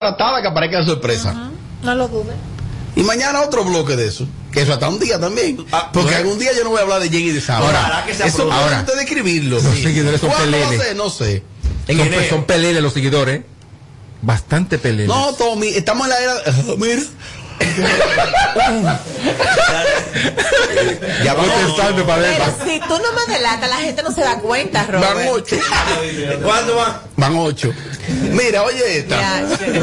tratada que aparezca de sorpresa. No lo dudes. Y mañana otro bloque de eso. Que eso hasta un día también. Ah, Porque bueno. algún día yo no voy a hablar de Jenny de Saba. Ahora, Ojalá que se eso- apruebe. ahora. Antes de escribirlo. Los seguidores son ¿Cuándo? No peleles. sé, no sé. En son, enero. son peleles los seguidores. Bastante peleles. No, Tommy, estamos en la era. Ah, Mira. ya voy pensando para ver. Pero si tú no me delatas, la gente no se da cuenta, Van Robert. ocho. ¿Cuándo va? Van ocho. Mira, oye esta. Ya, che.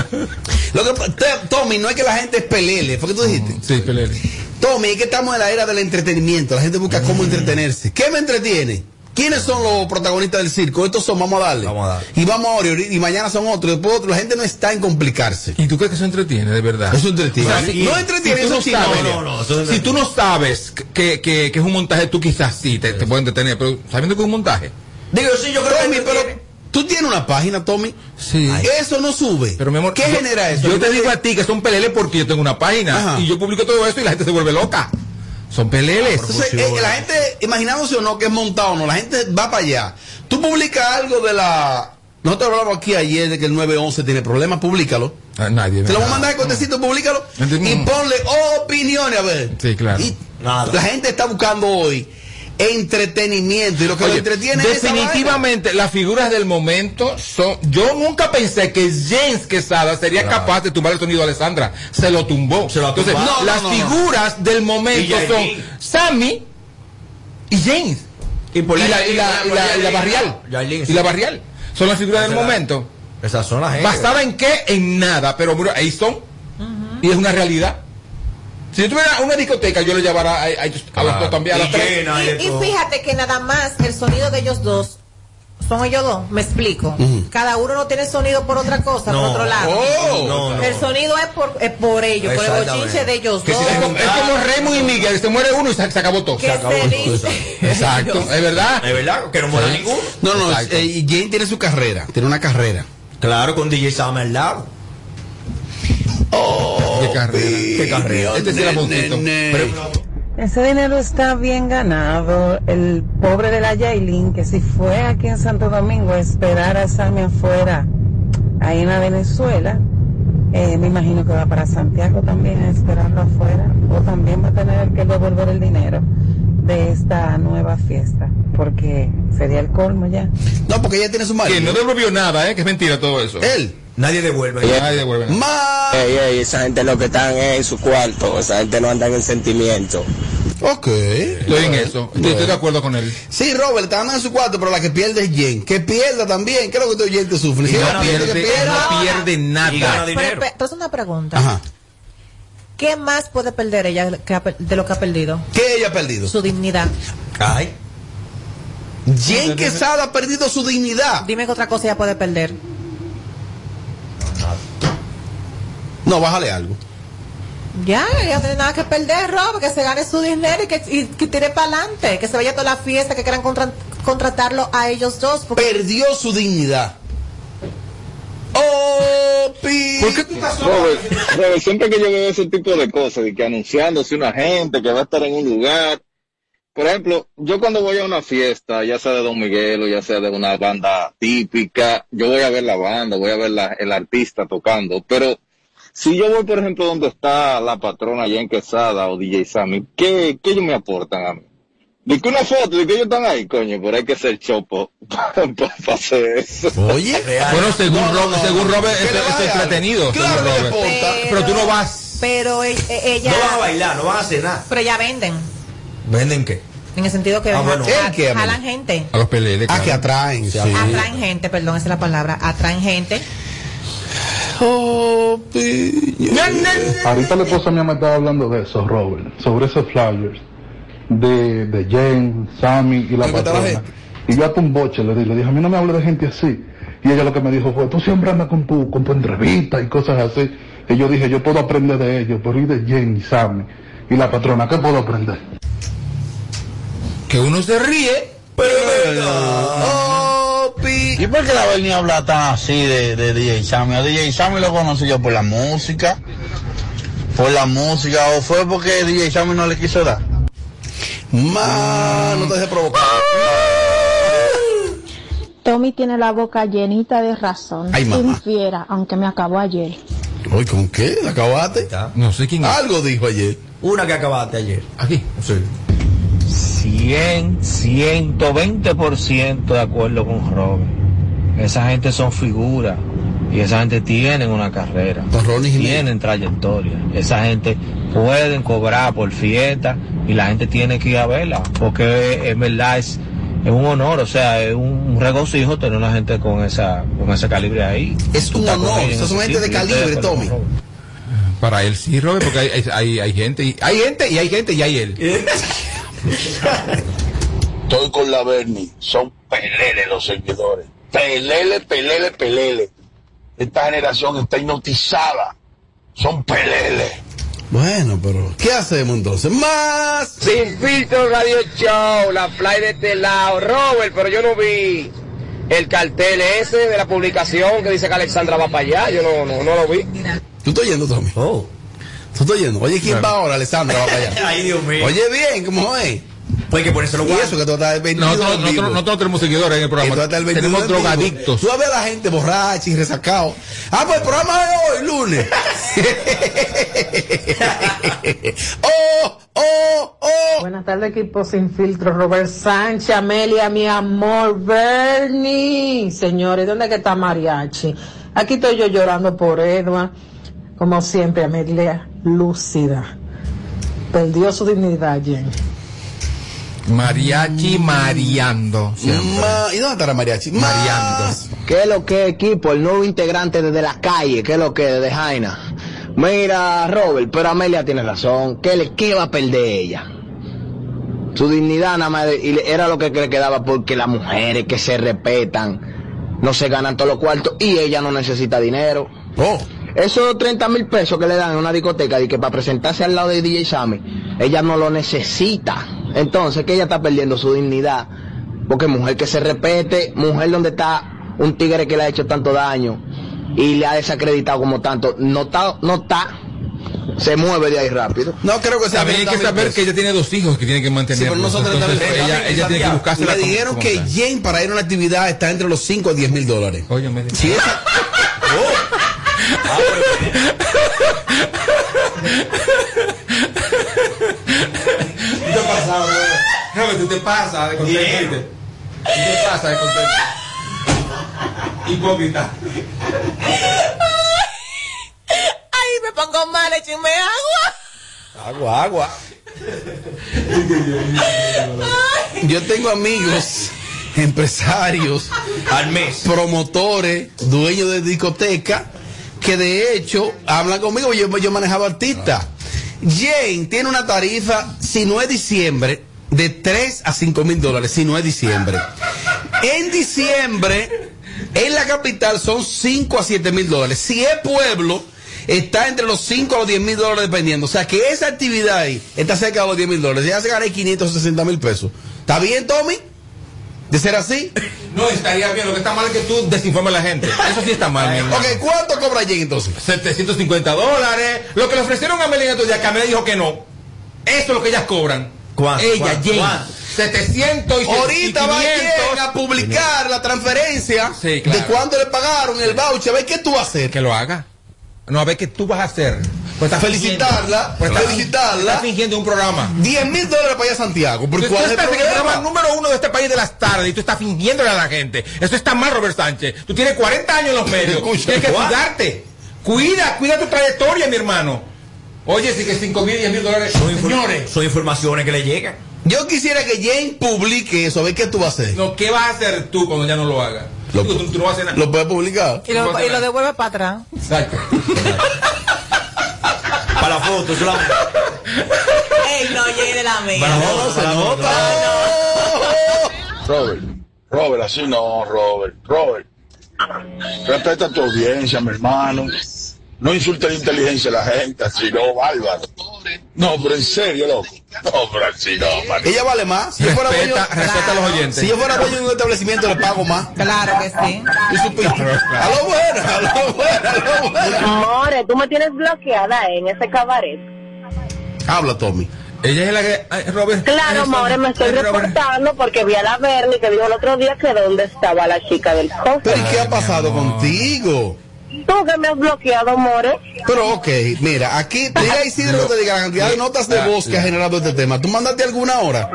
Lo que pa- te- Tommy, no es que la gente es pelele. ¿Por qué tú dijiste? Sí, peleles. Tommy, es que estamos en la era del entretenimiento. La gente busca Mm. cómo entretenerse. ¿Qué me entretiene? ¿Quiénes son los protagonistas del circo? Estos son, vamos a darle. Vamos a darle. Y vamos ahora, y y mañana son otros, y después otros. La gente no está en complicarse. ¿Y tú crees que eso entretiene, de verdad? Eso entretiene. O sea, si- no entretiene, si eso tú no es chinola. sabes, No, no, no, eso es- Si tú no sabes que, que, que es un montaje, tú quizás sí te, te pueden detener, pero sabiendo que es un montaje. Digo, sí, yo creo Tommy, que pero tú tienes una página, Tommy. Sí. Ay. Eso no sube. Pero mi amor, ¿Qué yo- genera eso? Yo te digo a ti que son peleles porque yo tengo una página Ajá. y yo publico todo eso y la gente se vuelve loca. Son peleles. Entonces, eh, la gente, imaginándose o no, que es montado o no, la gente va para allá. Tú publicas algo de la. Nosotros hablamos aquí ayer de que el 911 tiene problemas, públicalo. Ah, nadie. Te lo voy a nada. mandar de cortecito, públicalo Entendí. y ponle opiniones a ver. Sí, claro. Y Nada. La gente está buscando hoy entretenimiento y lo que lo Oye, entretiene es esa definitivamente las figuras del momento son yo nunca pensé que James Quesada sería capaz de tumbar el sonido a Alessandra se lo tumbó Se lo ha entonces tumbado. No, las no, no, no. figuras del momento Y Yailin. son Sammy y James Y por y la, Yailin, y la, y por la- y la Yailin, barrial no, Yailin, y sí. la barrial son las figuras del Será. momento Esas son las gente. basada en qué en nada pero bueno, ahí son y es una realidad si yo tuviera una discoteca yo le llevara a, a- a las dos también a las Ah, Y tres llena Y, de y todo. fíjate que nada más el sonido de ellos dos son ellos dos, me explico. Cada uno no tiene sonido por otra cosa, por No. otro lado. Oh. No, no. El sonido es por, es por ellos, por el Exactamente. bochinche de ellos Que dos. si es, como, es como Raymond y Miguel, se muere uno y se, se acabó todo. que acabó se el sonido. dice. Exacto, es verdad. Es verdad, que no muera Sí. ninguno. No, no, Exacto. eh, y Jane tiene su carrera, tiene una carrera. Claro, con DJ Sam al lado. Oh, Qué carrera. Qué carrera. Este sí era Montito. Pero- Ese dinero está bien ganado. El pobre de la Yailin, que si fue aquí en Santo Domingo a esperar a Sammy afuera, ahí en la Venezuela, eh, me imagino que va para Santiago también a esperarlo afuera, o también va a tener que devolver el dinero de esta nueva fiesta, porque sería el colmo ya. No, porque ella tiene su Que no marido. devolvió nada, ¿eh? que es mentira todo eso. Él. Nadie devuelve. Ay, devuelve nada. Más. Ey, ey, esa gente lo que están es en su cuarto, esa gente no anda en sentimiento. Ok. Estoy en eso. Estoy, estoy de acuerdo con él. Sí, Robert, está andando en su cuarto, pero la que pierde es Jane. Que pierda también. ¿Qué es lo que tu oyente sufre? Si No ella pierde, que pierde, pierda. no pierde Y gana nada. Pero, dinero. pe- entonces una pregunta. Ajá. ¿Qué más puede perder ella que ha per- de lo que ha perdido? ¿Qué ella ha perdido? Su dignidad. Ay. Jane Quesada ha perdido su dignidad. Dime qué otra cosa ella puede perder. No, bájale algo. Ya, ella no tiene nada que perder, Rob, que se gane su dinero y que, y que tire para adelante, que se vaya a toda la fiesta, que quieran contra- contratarlo a ellos dos. Porque Perdió su dignidad. Oh, pi. ¿Por qué tú estás solo? Robert, Robert, pues, siempre que yo veo ese tipo de cosas, de que anunciándose una gente que va a estar en un lugar, por ejemplo, yo cuando voy a una fiesta, ya sea de Don Miguel o ya sea de una banda típica, yo voy a ver la banda, voy a ver la- el artista tocando, pero si yo voy, por ejemplo, donde está la patrona allá en Quesada o DJ Sammy, ¿qué, qué ellos me aportan a mí? De que una foto, de que ellos están ahí, coño, pero hay que ser chopo para hacer eso. Oye. Bueno, según No, no, Robert, no, según no. Robert, Que eso- le eso baje es algo. entretenido, Claro según que le Robert. aporta. Pero tú no vas. Pero e- e- ella. No van a bailar, no van a cenar. pero ya venden. ¿Venden qué? En el sentido que Ah, venden, bueno. ja- ¿El qué, amigo? jalan gente. A los peleles. Ah, claro. que atraen. sí. Atraen gente, perdón, esa es la palabra. Atraen gente. Oh, pi. Ahorita la esposa mía me estaba hablando de eso, Robert, sobre esos flyers de, de Jane, Sammy y la ¿Te gustaba patrona. gente? Y yo hasta un boche le, di- le dije, a mí no me hable de gente así. Y ella lo que me dijo fue, tú siempre andas con tu, con tu entrevista y cosas así. Y yo dije, yo puedo aprender de ellos, pero y de Jane, Sammy y la patrona, ¿qué puedo aprender? Que uno se ríe. Oh, pi. ¿Y por qué la venía a hablar tan así de, de DJ Sammy? A DJ Sammy lo conocí yo por la música. Por la música, o fue porque DJ Sammy no le quiso dar. Más. No te dejes provocar. Tommy tiene la boca llenita de razón. Ay, mamá. Infiera, aunque me acabó ayer. Hoy, ¿con qué? ¿La acabaste? No sé quién Algo dijo ayer. Una que acabaste ayer. Aquí. Sí. 100, 120% de acuerdo con Robert. Esa gente son figuras y esa gente tienen una carrera, Con Ronnie Jiménez. tienen trayectoria. Esa gente pueden cobrar por fiesta y la gente tiene que ir a verla porque en verdad es, es un honor, o sea, es un regocijo tener una gente con esa con ese calibre ahí. Es Tú un estás con honor, ellos en esas son ese gente de sitio, yo calibre, estoy de acuerdo Tommy. con Robert. Para él sí, Robert, porque hay, hay- hay, hay gente y hay gente y hay gente y hay él. Estoy con la Bernie. Son pelele los seguidores. Pelele, pelele, pelele. Esta generación está hipnotizada. Son pelele. Bueno, pero ¿qué hacemos entonces? Más. Sin filtro radio show, la fly de este lado. Robert, pero yo no vi el cartel ese de la publicación que dice que Alexandra va para allá. Yo no, no, no lo vi. ¿Tú estás yendo, Tommy? Oh. ¿Tú estás yendo? Oye, ¿quién va ahora, Alessandra? Va para allá. Ay, Dios mío. Oye, bien, ¿cómo es? Pues hay que ponerse los Y eso guantes. que tú estás el 22 Nosotros, en nosotros- vivo. nosotros tenemos seguidores en el Y tú programa. estás el 22 Tenemos en vivo. drogadictos. Tú vas a ver a la gente borracha y resacado. Ah, pues el programa de hoy, lunes. oh, oh, oh. Buenas tardes, equipo sin filtro. Robert Sánchez, Amelia, mi amor, Bernie. Señores, ¿dónde que está Mariachi? Aquí estoy yo llorando por Edward. Como siempre, Amelia, lúcida. Perdió su dignidad, Jen. Mariachi mareando. siempre. Ma- ¿Y dónde estará Mariachi? Más. Mareando. ¿Qué es lo que equipo? El nuevo integrante desde la calle, ¿qué es lo que desde Jaina? Mira, Robert, pero Amelia tiene razón. ¿Qué, le, qué va a perder ella? Su dignidad nada más de- y le- era lo que le quedaba porque las mujeres que se respetan no se ganan todos los cuartos y ella no necesita dinero. Oh. Esos 30 mil pesos que le dan en una discoteca y que para presentarse al lado de DJ Sammy, ella no lo necesita. Entonces, que ella está perdiendo su dignidad. Porque mujer que se respete, mujer donde está un tigre que le ha hecho tanto daño y le ha desacreditado como tanto, no está, no está, se mueve de ahí rápido. No creo que sea También hay que 30.000 saber que pesos. ella tiene dos hijos que tiene que Sí, mantener. pero no son 30.000 Entonces, pesos. ella, ella tiene que buscarse Me dijeron que Jane para ir a una actividad está entre los 5 a 10 mil dólares. Oye, me Sí, esa- ¿Qué te pasa, bro? Robert, tú te pasas de contento, contento. ¿viste? te pasas de contento. Hipócrita. Ay, me pongo mal, échenme agua. Agua, agua. yo tengo amigos, empresarios, Al mes. promotores, dueños de discoteca, que de hecho hablan conmigo, yo, yo manejaba artistas. Jane tiene una tarifa, si no es diciembre, de 3 a 5 mil dólares, si no es diciembre. En diciembre, en la capital son 5 a 7 mil dólares. Si es pueblo, está entre los 5 a los 10 mil dólares dependiendo. O sea que esa actividad ahí está cerca de los 10 mil dólares. Ya se gana 560 mil pesos. ¿Está bien, Tommy? De ser así. No, estaría bien. Lo que está mal es que tú desinformes a la gente. Eso sí está mal, mi hermano. Ok, ¿cuánto cobra Jane entonces? 750 dólares. Lo que le ofrecieron a Melina ya que a mí dijo que no. Eso es lo que ellas cobran. ¿Cuánto? Ella, ¿Cuánto? Jane. ¿Cuánto? 700 y Ahorita va 500. Jen a publicar la transferencia Sí, claro. de cuánto le pagaron el voucher. A ver qué tú vas a hacer. Que lo haga. No, a ver qué tú vas a hacer. Pues estás Felicitarla, fingiendo. Pues estás fin- felicitarla. Estás fingiendo un programa. 10 mil dólares para allá a Santiago. ¿Por Tú, tú cuál es el estás en el programa problema? número uno de este país de las tardes y tú estás fingiéndole a la gente. Eso está mal, Robert Sánchez. Tú tienes 40 años en los medios. Escucha, tienes que ¿cuál? cuidarte. Cuida, cuida tu trayectoria, mi hermano. Oye, sí que 5 mil, 10 mil dólares. Son, infor- Señores, son informaciones que le llegan. Yo quisiera que Jane publique eso. A ver qué tú vas a hacer. no, ¿qué vas a hacer tú cuando ya no lo hagas? Lo- tú, tú no vas a hacer nada. ¿Lo puedes publicar? Y lo, y lo devuelve para atrás. Exacto. Para la foto, eso la- Ey, no llegué de la mía. Para la foto, para la foto. Robert, Robert, así no, Robert, Robert. Respeta a tu audiencia, mi hermano. No insultes la inteligencia de la gente, así no, bárbaro. No, pero en serio, loco. No, pero así no, man. Ella vale más. Si yo fuera dueño, respeta, respeta a los oyentes. si yo fuera dueño de un establecimiento, le pago más. Claro que sí. Y su pico. A lo bueno, a lo bueno, a lo bueno. More, tú me tienes bloqueada en ese cabaret. Habla, Tommy. Ella es la que. ay, Robert. Claro, Anderson, ahora me estoy ay, Robert. reportando porque vi a la Bernie que dijo el otro día que dónde estaba la chica del costo. Pero ¿y qué ha pasado contigo? Tú que me has bloqueado, More. Pero ok, mira, aquí, mira Isidro lo que diga la cantidad de notas de voz que ha generado este tema. ¿Tú mandaste alguna hora?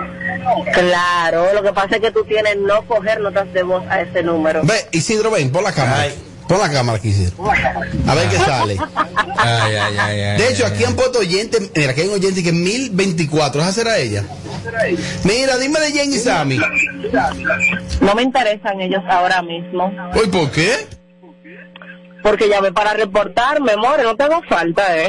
Claro, lo que pasa es que tú tienes no coger notas de voz a ese número. Ve, Isidro, ven, pon la cámara. Pon la cámara aquí, Isidro. A ver qué sale. Ay, ay, ay, ay, De hecho, ay, aquí ay. han puesto oyentes, mira, aquí hay un oyente que es 1024, esa será ella. Mira, dime de Jen y Sammy. No me interesan ellos ahora mismo. Oye, ¿por qué? Porque llamé para reportarme, More. No tengo falta, ¿eh?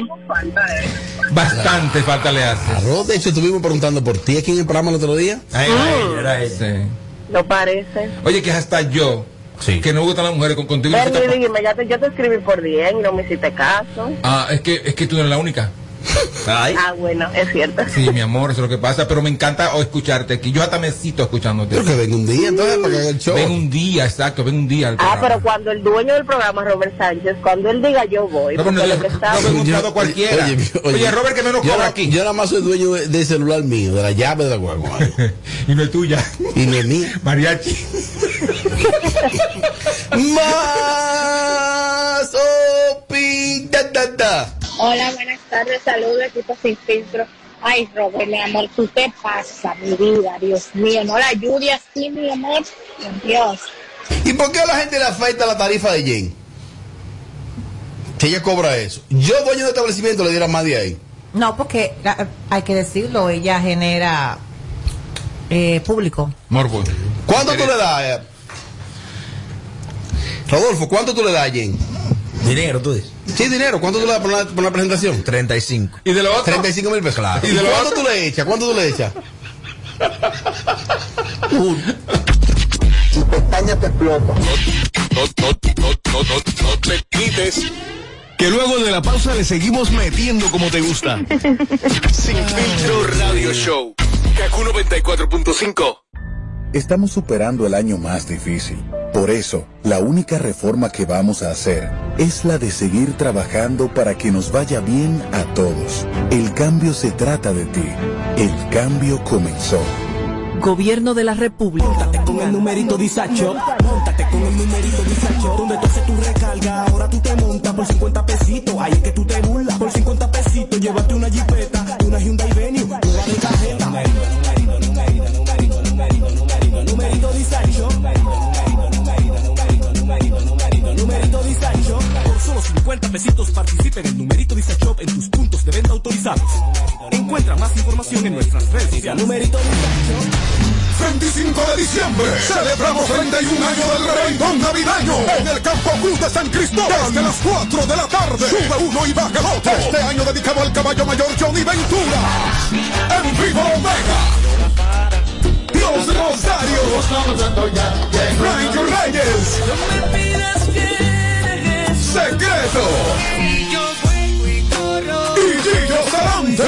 Bastante falta le hace. Claro, de hecho, estuvimos preguntando por ti aquí en el programa el otro día. Ay, era ella, era ella. Sí. No parece. Oye, que hasta yo, que no me gustan las mujeres con contigo. no Bernie, te- dime, ya te, yo te escribí por bien y no me hiciste caso. Ah, es que, es que tú no eres la única. Ay. Ah, bueno, es cierto. Sí, mi amor, eso es lo que pasa, pero me encanta escucharte aquí. Yo hasta me cito escuchándote. Pero que venga un día entonces para que haga el show. Ven un día, exacto, ven un día. al Ah, programa. pero cuando el dueño del programa, Robert Sánchez, cuando él diga yo voy, No, pero porque no, lo que no, está... no, no, preguntado cualquiera. Oye, Robert, que menos yo cobra na- aquí. Yo nada más soy dueño de- del celular mío, de la llave de la guagua. y no es tuya. y no es mía. Mariachi. Más opi, da, da, da. Hola, buenas tardes, saludos, equipo sin filtro. Ay, Robert, mi amor, tú te pasa, mi vida, Dios mío, no la ayude así, mi amor, Dios. ¿Y por qué a la gente le afecta la tarifa de Jen? Que ella cobra eso. Yo, dueño de establecimiento, le diera más de ahí. No, porque la- hay que decirlo, ella genera eh, público. Morbo. ¿Cuánto tú le das? eh? Rodolfo, ¿cuánto tú le das a Jen? Dinero, tú dices. Sí, dinero. ¿Cuánto tú le das por una, por una presentación? 35. ¿Y de lo otro? 35 mil pesos. Claro. ¿Y ¿Y de lo cuánto otro? tú le echas? ¿Cuánto tú le echas? Uno. Que luego de la pausa le seguimos metiendo como te gusta. Sin filtro radio show. Kaku 94.5. Estamos superando el año más difícil. Por eso, la única reforma que vamos a hacer es la de seguir trabajando para que nos vaya bien a todos. El cambio se trata de ti. El cambio comenzó. Gobierno de la República. con el numerito disacho. Móntate con el numerito disacho. Donde tú haces tu recarga, ahora tú te montas por 50 pesitos. Ahí es que tú te burlas por 50 pesitos. Llévate una jipeta, una Hyundai Venue, nueva de cajeta. Numerito, numerito, numerito, numerito, numerito, numerito, numerito disacho. Numerito, numerito, numerito, numerito, numerito, numerito disacho. Por solo 50 pesitos participa en el numerito disacho en tus puntos de venta autorizados. Encuentra más información en nuestras redes sociales. Numerito disacho. 25 de diciembre celebramos 31 años del reventón navideño en el Campo Cruz de San Cristóbal desde las 4 de la tarde. Sube uno y baja el otro. Este año dedicado al caballo mayor Johnny Ventura. En vivo Omega. Los Rosarios. Frank Reyes. Secreto. Y Gillo Salante.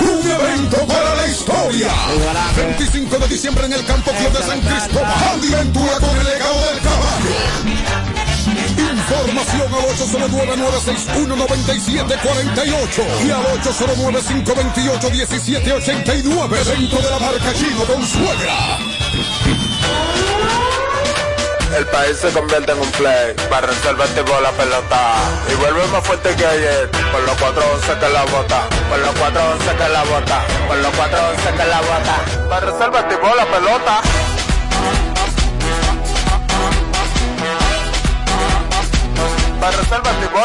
Un evento para la historia. 25 de diciembre en el Campo Club de San Cristóbal. Andy Ventura con el legado del caballo. Información al 809-961-9748 y al 809-528-1789. Evento de la marca Chino con suegra. El país se convierte en un play para reservarte por la pelota. Y vuelve más fuerte que ayer. Por los cuatro once que la bota. Por los cuatro once que la bota. Por los cuatro once que la bota. Para reservarte por la pelota.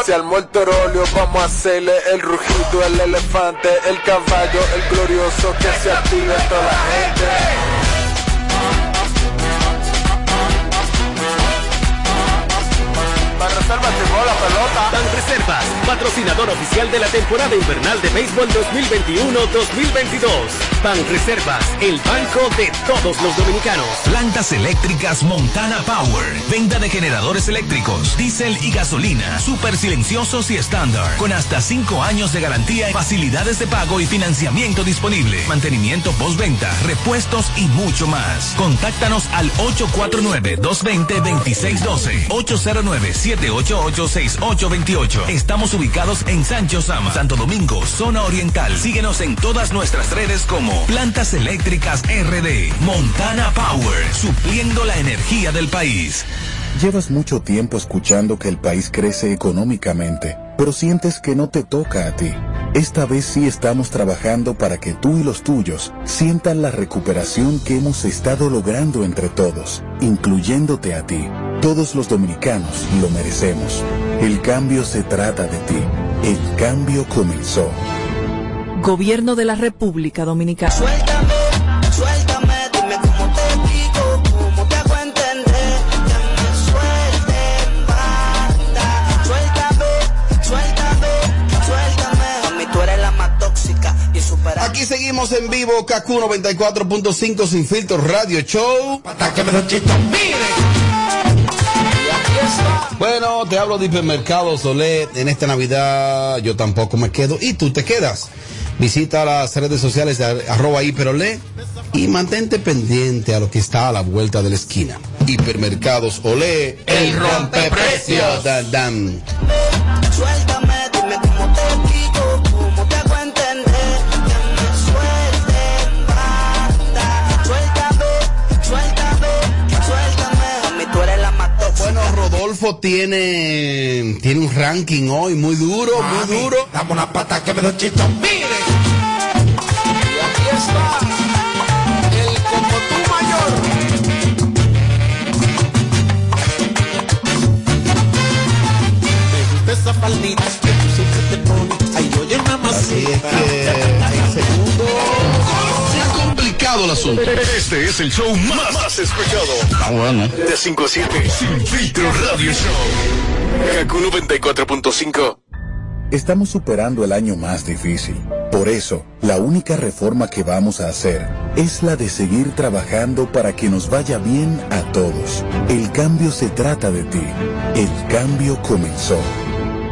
Si al muerto óleo vamos a hacerle el rugido, el elefante, el caballo, el glorioso que se active toda la gente. Dan Reservas, patrocinador oficial de la temporada invernal de béisbol 2021-2022. Ban Reservas, el banco de todos los dominicanos. Plantas eléctricas Montana Power. Venta de generadores eléctricos, diésel y gasolina. Súper silenciosos y estándar. Con hasta 5 años de garantía, facilidades de pago y financiamiento disponible. Mantenimiento postventa, repuestos y mucho más. Contáctanos al 849-220-2612. 809-788 809-568-6828. Estamos ubicados en Sancho Sama, Santo Domingo, zona oriental. Síguenos en todas nuestras redes como Plantas Eléctricas RD, Montana Power, supliendo la energía del país. Llevas mucho tiempo escuchando que el país crece económicamente, pero sientes que no te toca a ti. Esta vez sí estamos trabajando para que tú y los tuyos sientan la recuperación que hemos estado logrando entre todos, incluyéndote a ti. Todos los dominicanos lo merecemos. El cambio se trata de ti. El cambio comenzó. Gobierno de la República Dominicana. Suéltame, suéltame, dime cómo te digo, cómo te hago entender. Que me suelten, basta. Suéltame, suéltame, suéltame. A mí tú eres la más tóxica y supera. Aquí seguimos en vivo, KQ 94.5 Sin Filtro Radio Show. Bueno, te hablo de Hipermercados Solé. En esta Navidad yo tampoco me quedo y tú te quedas. Visita las redes sociales de ar- arroba hiperolé y mantente pendiente a lo que está a la vuelta de la esquina. Hipermercados Olé, el rompeprecios. Dan, dan. Suéltame, dime cómo te digo, cómo te hago entender. Que me suelten, basta. Suéltame, suéltame, suéltame. A mí tú eres la más tóxica. Bueno, Rodolfo tiene, tiene un ranking hoy muy duro, muy duro. Dame una pata que me doy Aquí está el como tú mayor. gusta esa faldita que tú siempre te pones. Ay, oye, Este, mamacita. Complicado el asunto. Este es el show más, más escuchado. Ah, bueno. De 5 a 7. Sin Filtro Radio Show. Kaku 94.5. Estamos superando el año más difícil. Por eso, la única reforma que vamos a hacer es la de seguir trabajando para que nos vaya bien a todos. El cambio se trata de ti. El cambio comenzó.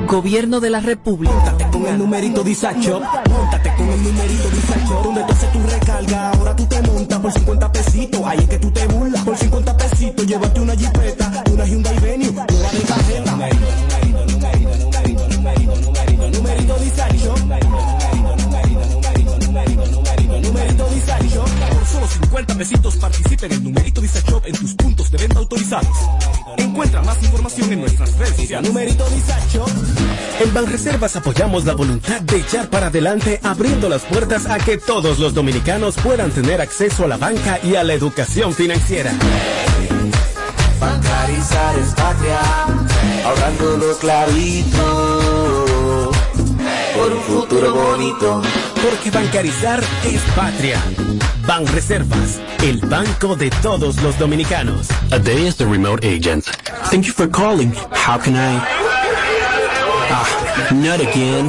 Gobierno de la República. Móntate con el numerito disacho. Móntate con el numerito disacho. Donde tú haces tu recarga, ahora tú te montas por 50 pesitos. Ahí es que tú te burlas por 50 pesitos. Llévate una jipeta, una Hyundai Venue, una de cajeta. Numerito, numerito, numerito, numerito, numerito, numerito disacho. Numerito disacho. Por solo 50 pesitos participa en el numerito disacho en tus puntos de venta autorizados. Encuentra más información en nuestras redes sociales. Numerito disacho. En Banreservas apoyamos la voluntad de echar para adelante abriendo las puertas a que todos los dominicanos puedan tener acceso a la banca y a la educación financiera. Bancarizar es patria, ahorrándolo clarito. Por un futuro bonito. Porque bancarizar es patria. Banreservas, el banco de todos los dominicanos. Ade is the remote agent. Thank you for calling. How can I? Ah, not again.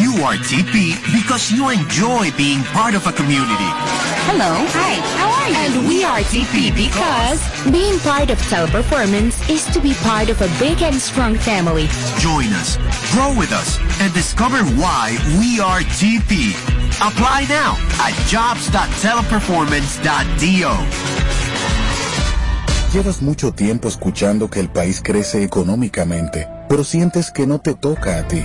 You are TP because you enjoy being part of a community. Hello. Hi. How are you? And we are TP because being part of Teleperformance is to be part of a big and strong family. Join us, grow with us, and discover why we are TP. Apply now at jobs.teleperformance.do. Llevas mucho tiempo escuchando que el país crece económicamente, pero sientes que no te toca a ti.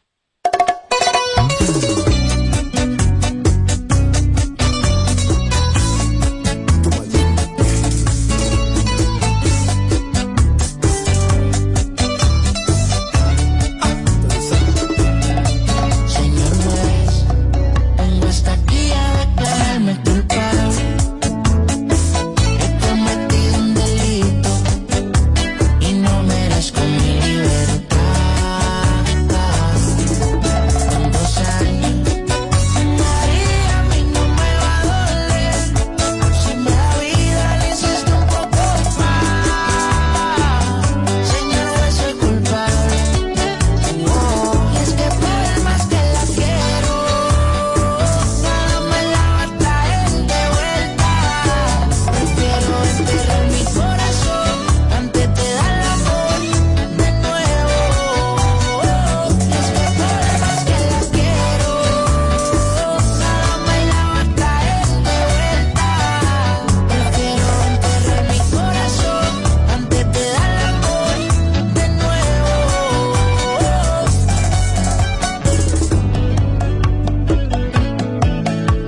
Señor juez, vengo hasta aquí a declararme culpable. He cometido un delito.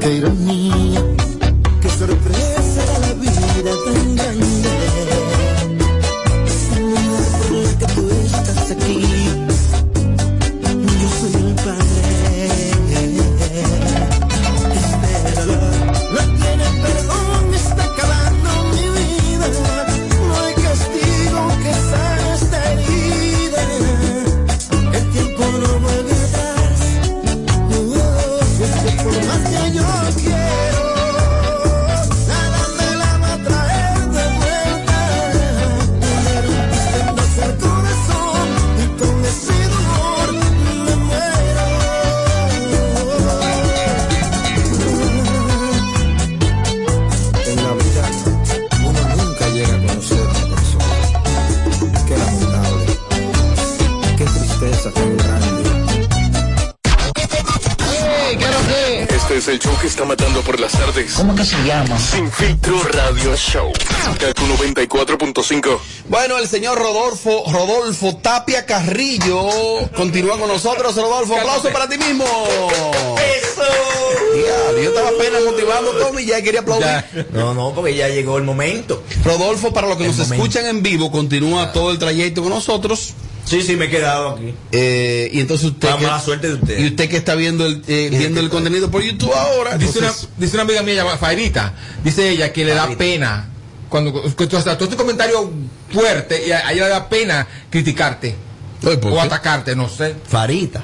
ironía. Qué sorpresa la vida tan grande. Sin duda por la que tú estás aquí. Yo soy el padre. Espéralo. No tiene perdón, está acabando mi vida. No hay castigo que sane esta herida. El tiempo no vuelve atrás. Es que por más que yo quiero, nada me la va a traer de vuelta. Pero tendas el corazón y con ese dolor me muero. En la vida uno nunca llega a conocer a una persona. Qué lamentable. Qué tristeza tan grande. Este es el show que está matando por las tardes. ¿Cómo que se llama? Sin filtro radio show. Kaku 94.5. Bueno, el señor Rodolfo, Rodolfo Tapia Carrillo continúa con nosotros. Rodolfo, aplauso para ti mismo. Eso. yo estaba apenas motivando, Tommy, ya quería aplaudir. No, no, porque ya llegó el momento. Rodolfo, para los que nos escuchan en vivo, continúa todo el trayecto con nosotros. Sí, sí, me he quedado aquí. Eh, y entonces usted. La que- mala suerte de usted. Y usted que está viendo el, eh, viendo el contenido por YouTube ahora. Dice, una, entonces- dice una amiga mía llamada Fairita, dice ella que le da pena cuando que tú haces todo este comentario fuerte y a, a ella le da pena criticarte o atacarte, no sé. Farita.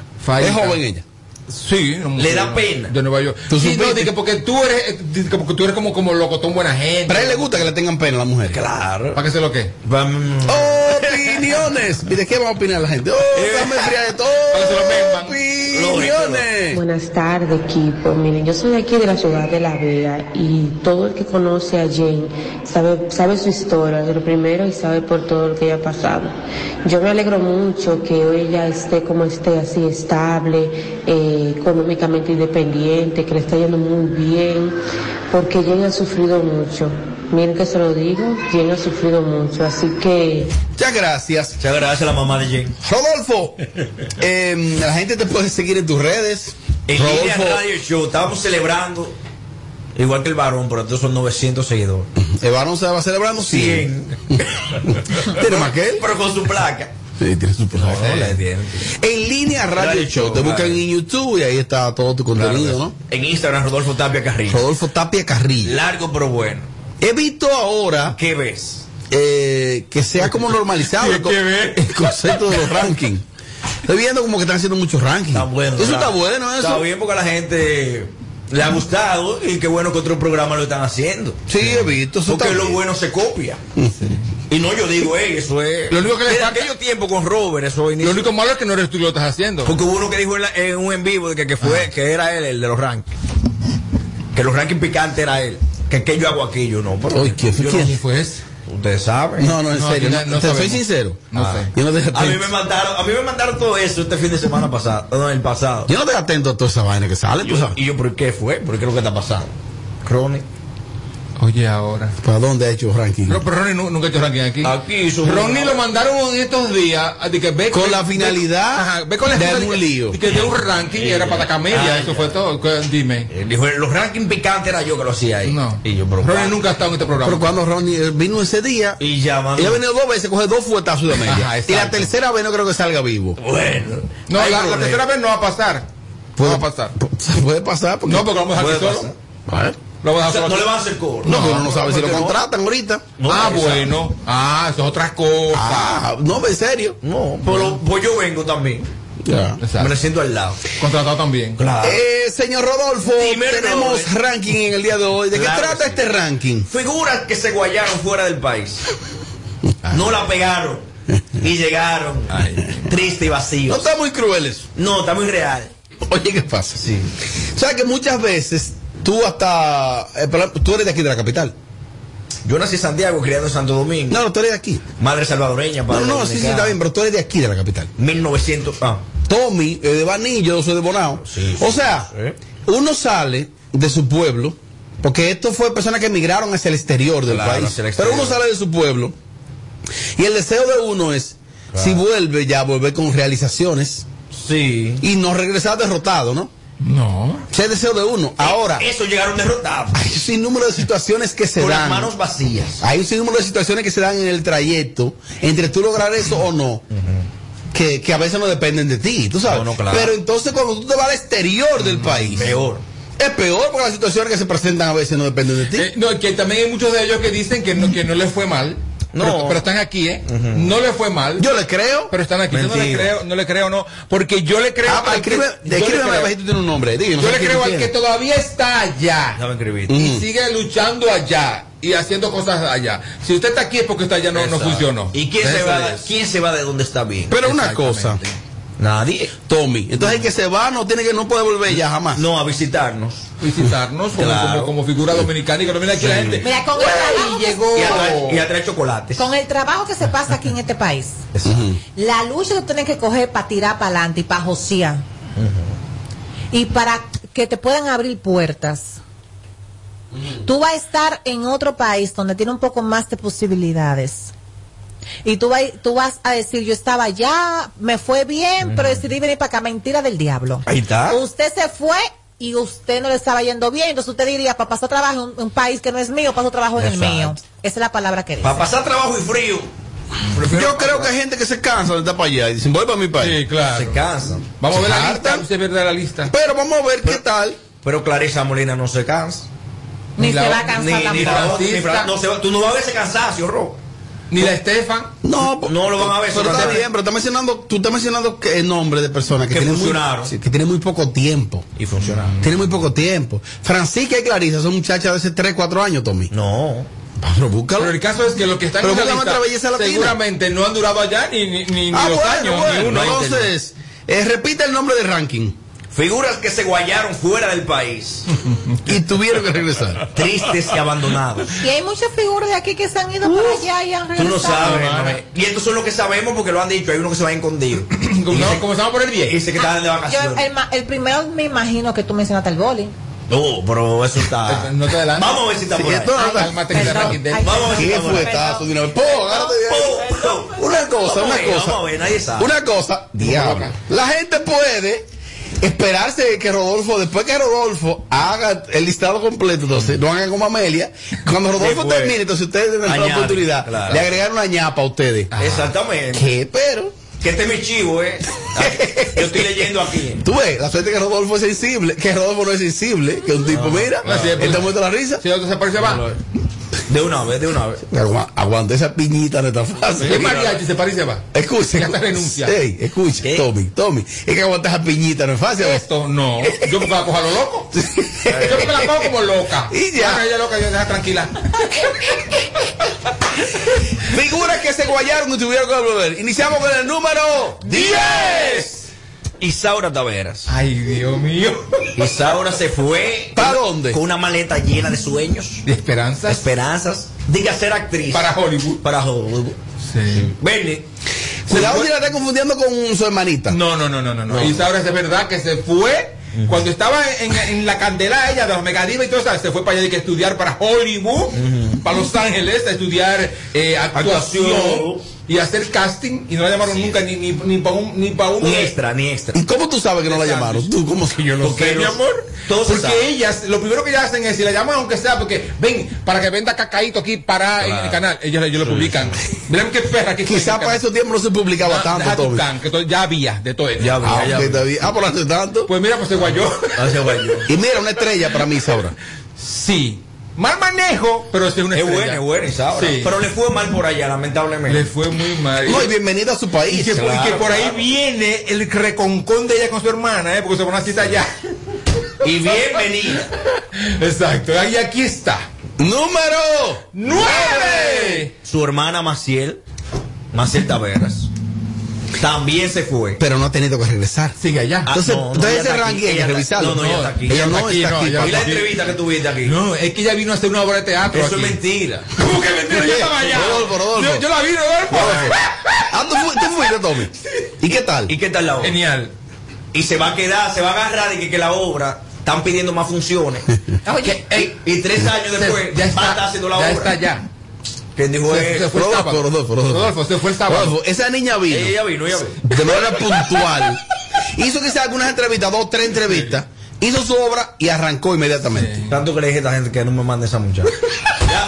¿Es Fairita. joven ella? Sí, no, Le da no, pena. De Nueva York. ¿Tú Sí, no, supiste? di que porque tú eres, eh, di que porque tú eres como, como locotón buena gente. Pero a él le gusta que le tengan pena a la mujer. Claro. ¿Para qué se lo que? Opiniones. ¿De qué va a opinar la gente? Oh, Eh. dame fría de todo. Opiniones. Buenas tardes, equipo. Miren, yo soy de aquí de la ciudad de La Vega y todo el que conoce a Jane sabe, sabe su historia, de lo primero y sabe por todo lo que ella ha pasado. Yo me alegro mucho que hoy ella esté como esté, así estable, eh, económicamente independiente, que le está yendo muy bien, porque Jane ha sufrido mucho. Miren que se lo digo, Jane ha sufrido mucho, así que... Muchas gracias. Muchas gracias a la mamá de Jen. Rodolfo, eh, la gente te puede seguir en tus redes. En línea Radio Show, estábamos celebrando, igual que el varón, pero entonces son 900 seguidores. El varón se va celebrando 100. ¿Tiene más que él? Pero con su placa. Sí, tiene su placa. No, la tiene. En línea Radio, Eh. Radio Show. Show, Te buscan claro. en YouTube y ahí está todo tu Claro contenido, que ¿no? sí. En Instagram, Rodolfo Tapia Carrillo. Rodolfo Tapia Carrillo. Largo pero bueno. He visto ahora. ¿Qué ves? Eh, que sea como normalizado el, co- el concepto de los rankings. Estoy viendo como que están haciendo muchos rankings. eso está bueno, eso. Está bien porque a la gente le ha gustado y qué bueno que otros programas lo están haciendo. Sí, he visto. eso Porque está lo bien. bueno se copia. Y no yo digo, "Ey, eso es. Lo único que le Desde falta- aquello tiempo con Robert, eso inició. Lo único malo es que no eres tú que lo estás haciendo. Porque hubo uno que dijo en, la- en un en vivo de que, que fue, Ah. que era él el de los rankings. Que los rankings picantes era él. Que que yo hago aquí, yo no. Pero Oye, ¿quién- yo no- quién? fue pues, ese? Ustedes saben. No, no, en serio. no, te soy sabemos. sincero. Ah. Yo no te a mí me mandaron, a mí me mandaron todo eso este fin de semana pasado, no, el pasado. Yo no estoy atento a toda esa vaina que sale, tú Yo- sabes. y yo, ¿por qué fue? ¿Por qué es lo que está pasando? Ronnie. Oye, ahora. ¿Para dónde ha hecho ranking? Pero, pero Ronnie nu- nunca ha hecho ranking aquí. Aquí hizo un- Ronnie lo mandaron en estos días. a- de que ve- Con ve- la finalidad ve- ajá, ve con la de finalidad un lío. de que de un ranking era para la camelia. Ah, eso fue todo. Que- Dime. Él dijo, los rankings picantes era yo que lo hacía ahí. No. Y yo, pero Ronnie claro. nunca ha estado en este programa. Pero cuando Ronnie eh, vino ese día, Y llamando. ella ha venido dos veces, coge dos fuetazos de media. Ajá, y exacto. la tercera vez no creo que salga vivo. Bueno. no, hay la, la problema. tercera vez no va a pasar. Puede- no va a pasar. Se puede pasar. Porque... No, porque lo vamos a dejar aquí Puede solo. Bueno. Lo vamos a O sea, dejar no le solo. van a hacer cobro. No, porque uno no sabe si lo porque no. contratan ahorita. No, ah, exacto. bueno. Ah, eso es otra cosa. Ah, no, en serio. No, pero pues yo vengo también. Ya. Me Exacto. le siento al lado. Contratado también. Claro. Eh, señor Rodolfo, Dime, tenemos Robert. ranking en el día de hoy. ¿De qué Claro trata que sí. este ranking? Figuras que se guayaron fuera del país. No la pegaron. Y llegaron. Triste y No vacío. está muy cruel eso. No, está muy real. Oye, ¿qué pasa? Sí. ¿Sabes que muchas veces tú hasta... eh, pero tú eres de aquí, de la capital. Yo nací en Santiago, criado en Santo Domingo. No, no, tú eres de aquí. Madre salvadoreña, No, padre. no, sí, sí, dominicano. está bien, pero tú eres de aquí, de la capital. 1900. Ah. Tommy, eh, de Banillo, yo soy de Bonao. Sí, o sí, sea, sí. uno sale de su pueblo, porque esto fue personas que emigraron hacia el exterior del Claro, país. hacia el exterior. Pero uno sale de su pueblo y el deseo de uno es, si vuelve ya, volver con realizaciones Sí. y no regresar derrotado, ¿no? No. Ese es deseo de Eh, uno. Ahora. Eso llegaron derrotados. Hay un sinnúmero de situaciones que se ah, Con dan. las manos vacías. Hay un sinnúmero de situaciones que se dan en el trayecto, entre tú lograr eso o no. Que, que a veces no dependen de ti, tú sabes. No, no, claro. Pero entonces cuando tú te vas al exterior Mm, del país. Peor. Es peor porque las situaciones que se presentan a veces no dependen de ti. Eh, no, que también hay muchos de ellos que dicen que no, que no les fue mal. No. Pero, pero están aquí, ¿eh? No les fue mal. Yo le creo. Pero están aquí. Yo no le Mentira. creo, no le creo, no. Porque yo le creo. Ah, pero al que- escribe, yo le escríbeme creo. a ver si tú tienes un nombre. Dime, Yo nosotros le quién creo al tiene. que todavía está allá. Ya me escribiste. Y sigue luchando allá. Y haciendo cosas allá. Si usted está aquí es porque está allá no, no Exacto. funcionó. ¿Y quién se, Eso va, es. quién se va de donde está bien? Eh, Pero una cosa. Nadie. Tommy. Entonces el que se va no tiene que no puede volver ya jamás. No, a visitarnos. Visitarnos como, como, como figura dominicana y que lo mira aquí la gente. Mira, con el trabajo que- llegó. Y a traer- y a traer chocolates. Con el trabajo que se pasa aquí en este país, la lucha que tú tienes que coger para tirar para adelante y para josear y para que te puedan abrir puertas. Tú vas a estar en otro país donde tiene un poco más de posibilidades. Y tú, vas- tú vas a decir, yo estaba allá, me fue bien, pero decidí venir para acá. Mentira del diablo. Ahí está. Usted se fue y usted no le estaba yendo bien. Entonces usted diría, para pasar trabajo en un, un país que no es mío, paso trabajo en el Exacto. mío. Esa es la palabra que dice. Para pasar trabajo y frío. Yo creo que hay gente que se cansa de estar para allá y dicen, voy para mi país. Sí, claro. Se cansan. Vamos a ver la Harta. lista. Usted verá la lista. Pero vamos a ver qué tal. Pero Clarisa Molina no se cansa. Ni Ni se la- va a cansar Ni, ni tampoco. Fra- ni Fra- Francisca. no se va- Tú no vas a ver ese cansancio, Ro. Ni la Estefan. No, No lo van a ver, Pero se lo está van a ver. bien, pero está mencionando, tú estás mencionando que, el nombre de personas que, Que tienen funcionaron. Muy, sí, que tienen muy poco tiempo. Y funcionaron. Tienen muy poco tiempo. Francisca y Clarisa son muchachas de hace 3, 4 años, Tommy. No. Pero búscalo. Pero el caso es que los que están Pero en la busca lista otra belleza latina. seguramente no han durado allá ni, ni, ni, ni ah, dos bueno, años, bueno. ni uno. Entonces, eh, repite el nombre del ranking. Figuras que se guayaron fuera del país. Y tuvieron que regresar. Tristes y abandonados. Y hay muchas figuras de aquí que se han ido para allá y han Tú regresado. no sabes. mami. Y estos son los que sabemos porque lo han dicho. Hay uno que se va escondido. Como- Y no, dice- Comenzamos por el 10. Dice que estaban de vacaciones. Yo, el, ma- el primero me imagino que tú mencionaste el boli. No, pero eso Este, está. No te adelantes. Vamos a ver si está Sí, por ahí. esto- Ay, Cálmate que te perdón, arranquen de- ay, Vamos a ver si ¿Qué está por ahí. fuetazo de una vez? Po, agárrate de ahí. Po, po. Una cosa, Vamos a una ver, cosa. vamos a ver, nadie sabe. Una cosa, diablo. La gente puede esperarse que Rodolfo, después que Rodolfo haga el listado completo, entonces, no hagan como Amelia. Cuando Rodolfo Después. termine, entonces ustedes tienen Añade, la oportunidad claro. de agregar una ñapa a ustedes. Ah. Exactamente. ¿Qué? Pero. Que este es mi chivo, ¿eh? Yo estoy leyendo aquí. Tú ves, la suerte que Rodolfo es sensible, que Rodolfo no es sensible, que un tipo, mira, no, sí, él está muerto de la risa. Si otro se aparece, va. De una vez, de una vez. Agua- Aguanta esa piñita de esta frase. Es mariachi, se parece, va. Escuche, Ya te escuche. renuncia. Ey, escuche, ¿Qué? Tommy, Tommy. Es que aguantas a piñita, no es fácil. Esto no. Yo me la cojo a lo loco. Yo me la cojo como loca. Y ya. Bueno, ella loca, yo deja tranquila. Figuras que se guayaron y tuvieron que volver. Iniciamos con el número 10. Isaura Taveras. Ay, Dios mío. Isaura se fue. ¿Para dónde? Con una maleta llena de sueños, De esperanzas esperanzas. Diga ser actriz. para Hollywood. Para Hollywood. Sí. Bernie. Cuidado si la está confundiendo con su hermanita. No, no, no, no, no. no. Isaura es verdad que se fue. Cuando estaba en, en la candela ella de los megadivas y todo eso, se fue para allá y que estudiar para Hollywood, para Los Ángeles, a estudiar eh, actuación, Actuación. y hacer casting y no la llamaron nunca ni, ni, ni para un, ni pa un Ni extra, ni extra. ¿Y cómo tú sabes que no la llamaron? Tú, ¿cómo que yo Lo sé, mi amor. Todo se porque sabe. ellas, lo primero que ellas hacen es, si la llaman aunque sea, porque ven, para que venda cacaíto aquí para en el canal, ellos, ellos lo publican. Miren qué perra que Quizás para esos tiempos no se publicaba tanto, Tommy. Ah, que to- ya había de todo eso. Ya había. Ah, Ya, ok, ya. está bien. Ah, por hace tanto. Pues mira, pues se guayó. Ah, se guayó. Y mira, una estrella para mí, Isaura. Sí. Mal manejo, pero sí es una Es estrella. buena, es buena Isaura. Sí. Pero le fue mal por allá, lamentablemente. Le fue muy mal. No, y bienvenida a su Y país. que, y Claro, que por ahí claro. viene el reconcón de ella con su hermana, ¿eh? porque se fue a una cita allá. Y bienvenida. Exacto. Y aquí está. Número ¡Nueve! Su hermana Maciel. Maciel Taveras. También se fue. Pero no ha tenido que regresar. Sigue allá. Ah, Entonces, no, no, entonces ella ese está ranking aquí, hay que ella está- revisarlo. no, no, ella está aquí. Ella no Ella está está aquí, aquí. no, papá. Y la entrevista que tuviste aquí. No, es que ella vino a hacer una obra de teatro. Eso es aquí. mentira. ¿Cómo que mentira? Yo estaba allá. Rodolfo, Rodolfo. Yo, yo la vi, Rodolfo. Ah, tú, fu- tú fuiste, Tommy. ¿Y qué tal? ¿Y qué tal la obra? Genial. Y se va a quedar, se va a agarrar de que, que la obra están pidiendo más funciones. Oye, ey, Y tres años después ya va a está, estar haciendo la ya obra. está allá. ¿Quién dijo Se- se eso? fue el Rodolfo, sábado. Rodolfo, Rodolfo. Rodolfo, se fue el sábado. Rodolfo, esa niña vino Ella vino, ella vino. de manera puntual. Hizo quizás algunas entrevistas, dos, tres entrevistas. hizo su obra y arrancó inmediatamente. Tanto que le dije a esta gente que no me mande esa muchacha.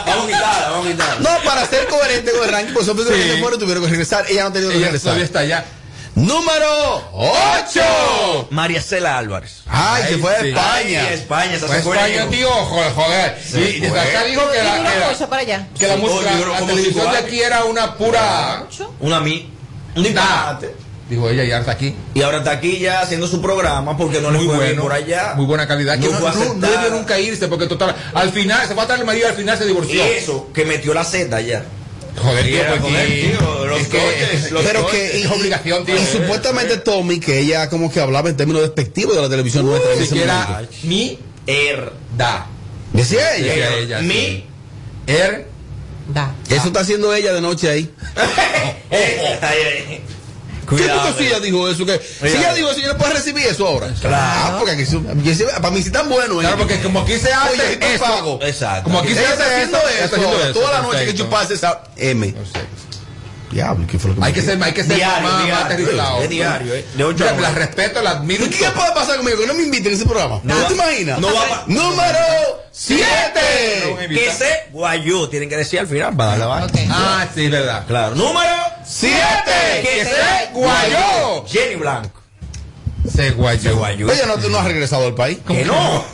vamos a quitarla, vamos a quitarla. No, para ser coherente con el ranking, por supuesto que Sí. se fueron tuvieron que regresar. Ella no tenía que Ella regresar. todavía está allá. Número 8. María Cela Álvarez. Ay, se fue a sí. España. Ay, España, esa Fue se fue España, lejos. tío, joder. joder. Se y desde fue. acá dijo que Y la, una que la- cosa para allá. que la Sí, música, oye, pero la como televisión de sexual. aquí era una pura. Una mi. Un disparate. Dijo ella, ya está aquí. Y ahora está aquí ya haciendo su programa porque no le fue bien por allá. Muy buena calidad. No que no, fue no- no aceptada. debió nunca irse porque total. Al final, se fue a estar el marido al final se divorció. Y eso, que metió la Z ya. Joder, tío, Era, pues, joder, y- tío, los es que- coches, los pero coches. que- y- Es obligación, tío. Y supuestamente Tommy, que ella como que hablaba en términos despectivos de la televisión nuestra. en ese Uh, siquiera momento. mi herda. Decía ella. Decía ella, Er, Mi her. Eso está haciendo ella de noche ahí. Eh, ¿Qué Cuidado. puto si ella dijo eso? Que, si Cuidado. ella dijo eso, yo no puedo recibir eso ahora. Claro. porque aquí, su- y ese- para mí sí tan bueno. Claro, porque como aquí se hace Oye, eso. pago. Exacto. Como aquí se Ella hace está haciendo eso, eso, está haciendo eso, Toda la noche que perfecto. chupas esa M. Diablo, ¿qué fue lo que me Hay que dijo? ser, hay que ser Diario, más, diario, más aterrizado. es diario, eh. De ocho a Mira, ocho. la respeto, la admiro. ¿Qué puede pasar conmigo? Que no me inviten a ese programa. No No, va- te imaginas? no va pa- Número 7. Que Eh, se guayó, tienen que decir al final para darle la Ah, sí, verdad. Claro. Número Siete. Que Que se se guayó. guayó. Jenny Blanco. Se guayó. Ella no, no ha regresado al país. Que no.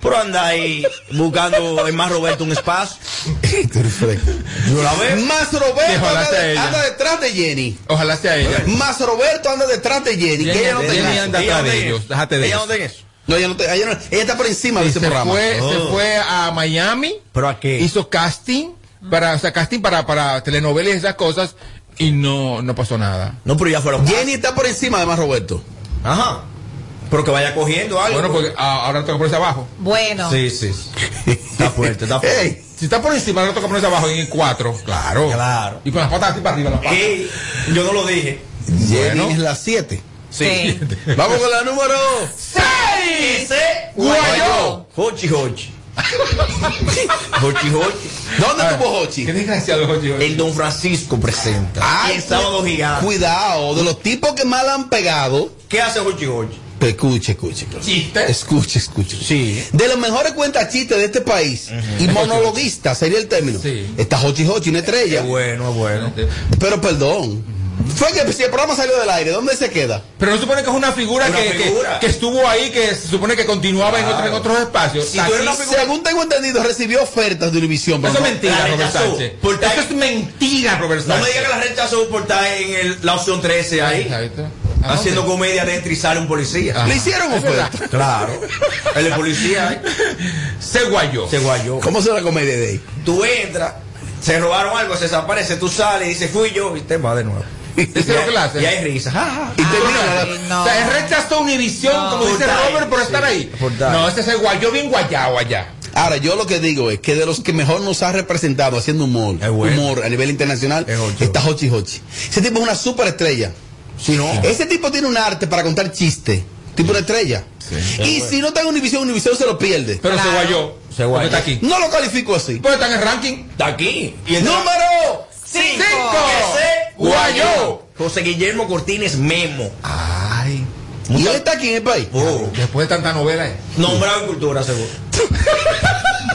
Pero anda ahí buscando en más Roberto un espacio. Yo la veo. Más Roberto Ojalá anda, sea de- ella. anda detrás de Jenny. Ojalá sea ella. Más Roberto anda detrás de Jenny. que ella no tenga Jenny eso. anda Ella atrás no de tenga ellos. eso. Déjate de Ella eso. no tenga eso. No, ella, no te- ella no- ella está por encima de ese se programa. Oh. fue, se fue a Miami. ¿Pero a qué? Hizo casting para, o sea, casting para, para telenovelas y esas cosas y no, no pasó nada. No, pero ya fueron. Jenny está por encima de más Roberto. Ajá. Pero que vaya cogiendo algo. Ah. Bueno, porque a- ahora toca ponerse abajo. Bueno. pues, Sí, sí. sí. Está fuerte, está fuerte. Ey, Si está por encima, ahora toca ponerse abajo en el 4. Claro. Claro. Y con las patas así para arriba, las Eh, patas. Ey, yo no lo dije. Jenny es la 7. Sí. Vamos con la número. Que se Guayó. Hochi Hochi. Hochi Hochi. ¿Dónde Ah, estuvo Hochi? Qué desgraciado, Jochi, Jochi. El Don Francisco presenta. Ah, y el sábado gigante. Cuidado, de los tipos que más la han pegado. ¿Qué hace Hochi Hochi? Pero Escuche, escuche. Chiste. Escuche, escuche. Sí. De los mejores cuentachistes de este país y monologuista sería el término. Sí. Está Hochi Hochi, una Qué estrella. bueno, es bueno. Pero perdón. Fue que si el programa salió del aire, ¿dónde se queda? Pero no se supone que es una figura, Una que, que- figura. que estuvo ahí, que se supone que continuaba en, otro- en otros espacios. Si tú eres una Aquí- figura- Según tengo entendido, recibió ofertas de Univisión. pero Eso es no- mentira, La Robert rechazó. Sánchez. Por tal- Eso es mentira, Robert No me Sánchez. digas que la rechazó por estar en el- la opción 13 ahí. Ah. Exacto. Ah, Haciendo ok. comedia de estrizar a un policía. Le hicieron ofertas. Claro. El de policía ¿eh? ahí. Se guayó. se guayó. ¿Cómo se la comedia de ahí? Tú entras, se robaron algo, se desaparece, tú sales y dices, fui yo, y te va de nuevo. ¿Eso es lo que le hace? Y hay Ah, risa. Ja, ja, ja. Y termina la- Ay, no. O sea, él rechazó Univisión, No. como dice Por dar, Robert, por estar sí, ahí. por dar. no, ese se guayó bien guayado allá. Ahora, yo lo que digo es que de los que mejor nos ha representado haciendo humor, Es bueno. humor a nivel internacional, Es Hochi. está Hochi Hochi. Ese tipo es una superestrella. Si no, Ese tipo tiene un arte para contar chistes. Tipo una estrella. Y si no está en Univisión, Univisión se lo pierde. Pero se Claro. guayó. Se Porque guayó. está aquí. No lo califico así. Pues está en el ranking. está aquí. Y entra- Número. cinco. Ese guayó. ah. José Guillermo Cortines Memo. Ay. Y él está aquí en el país. Oh, Después de tanta novela. eh. nombrado en cultura, seguro.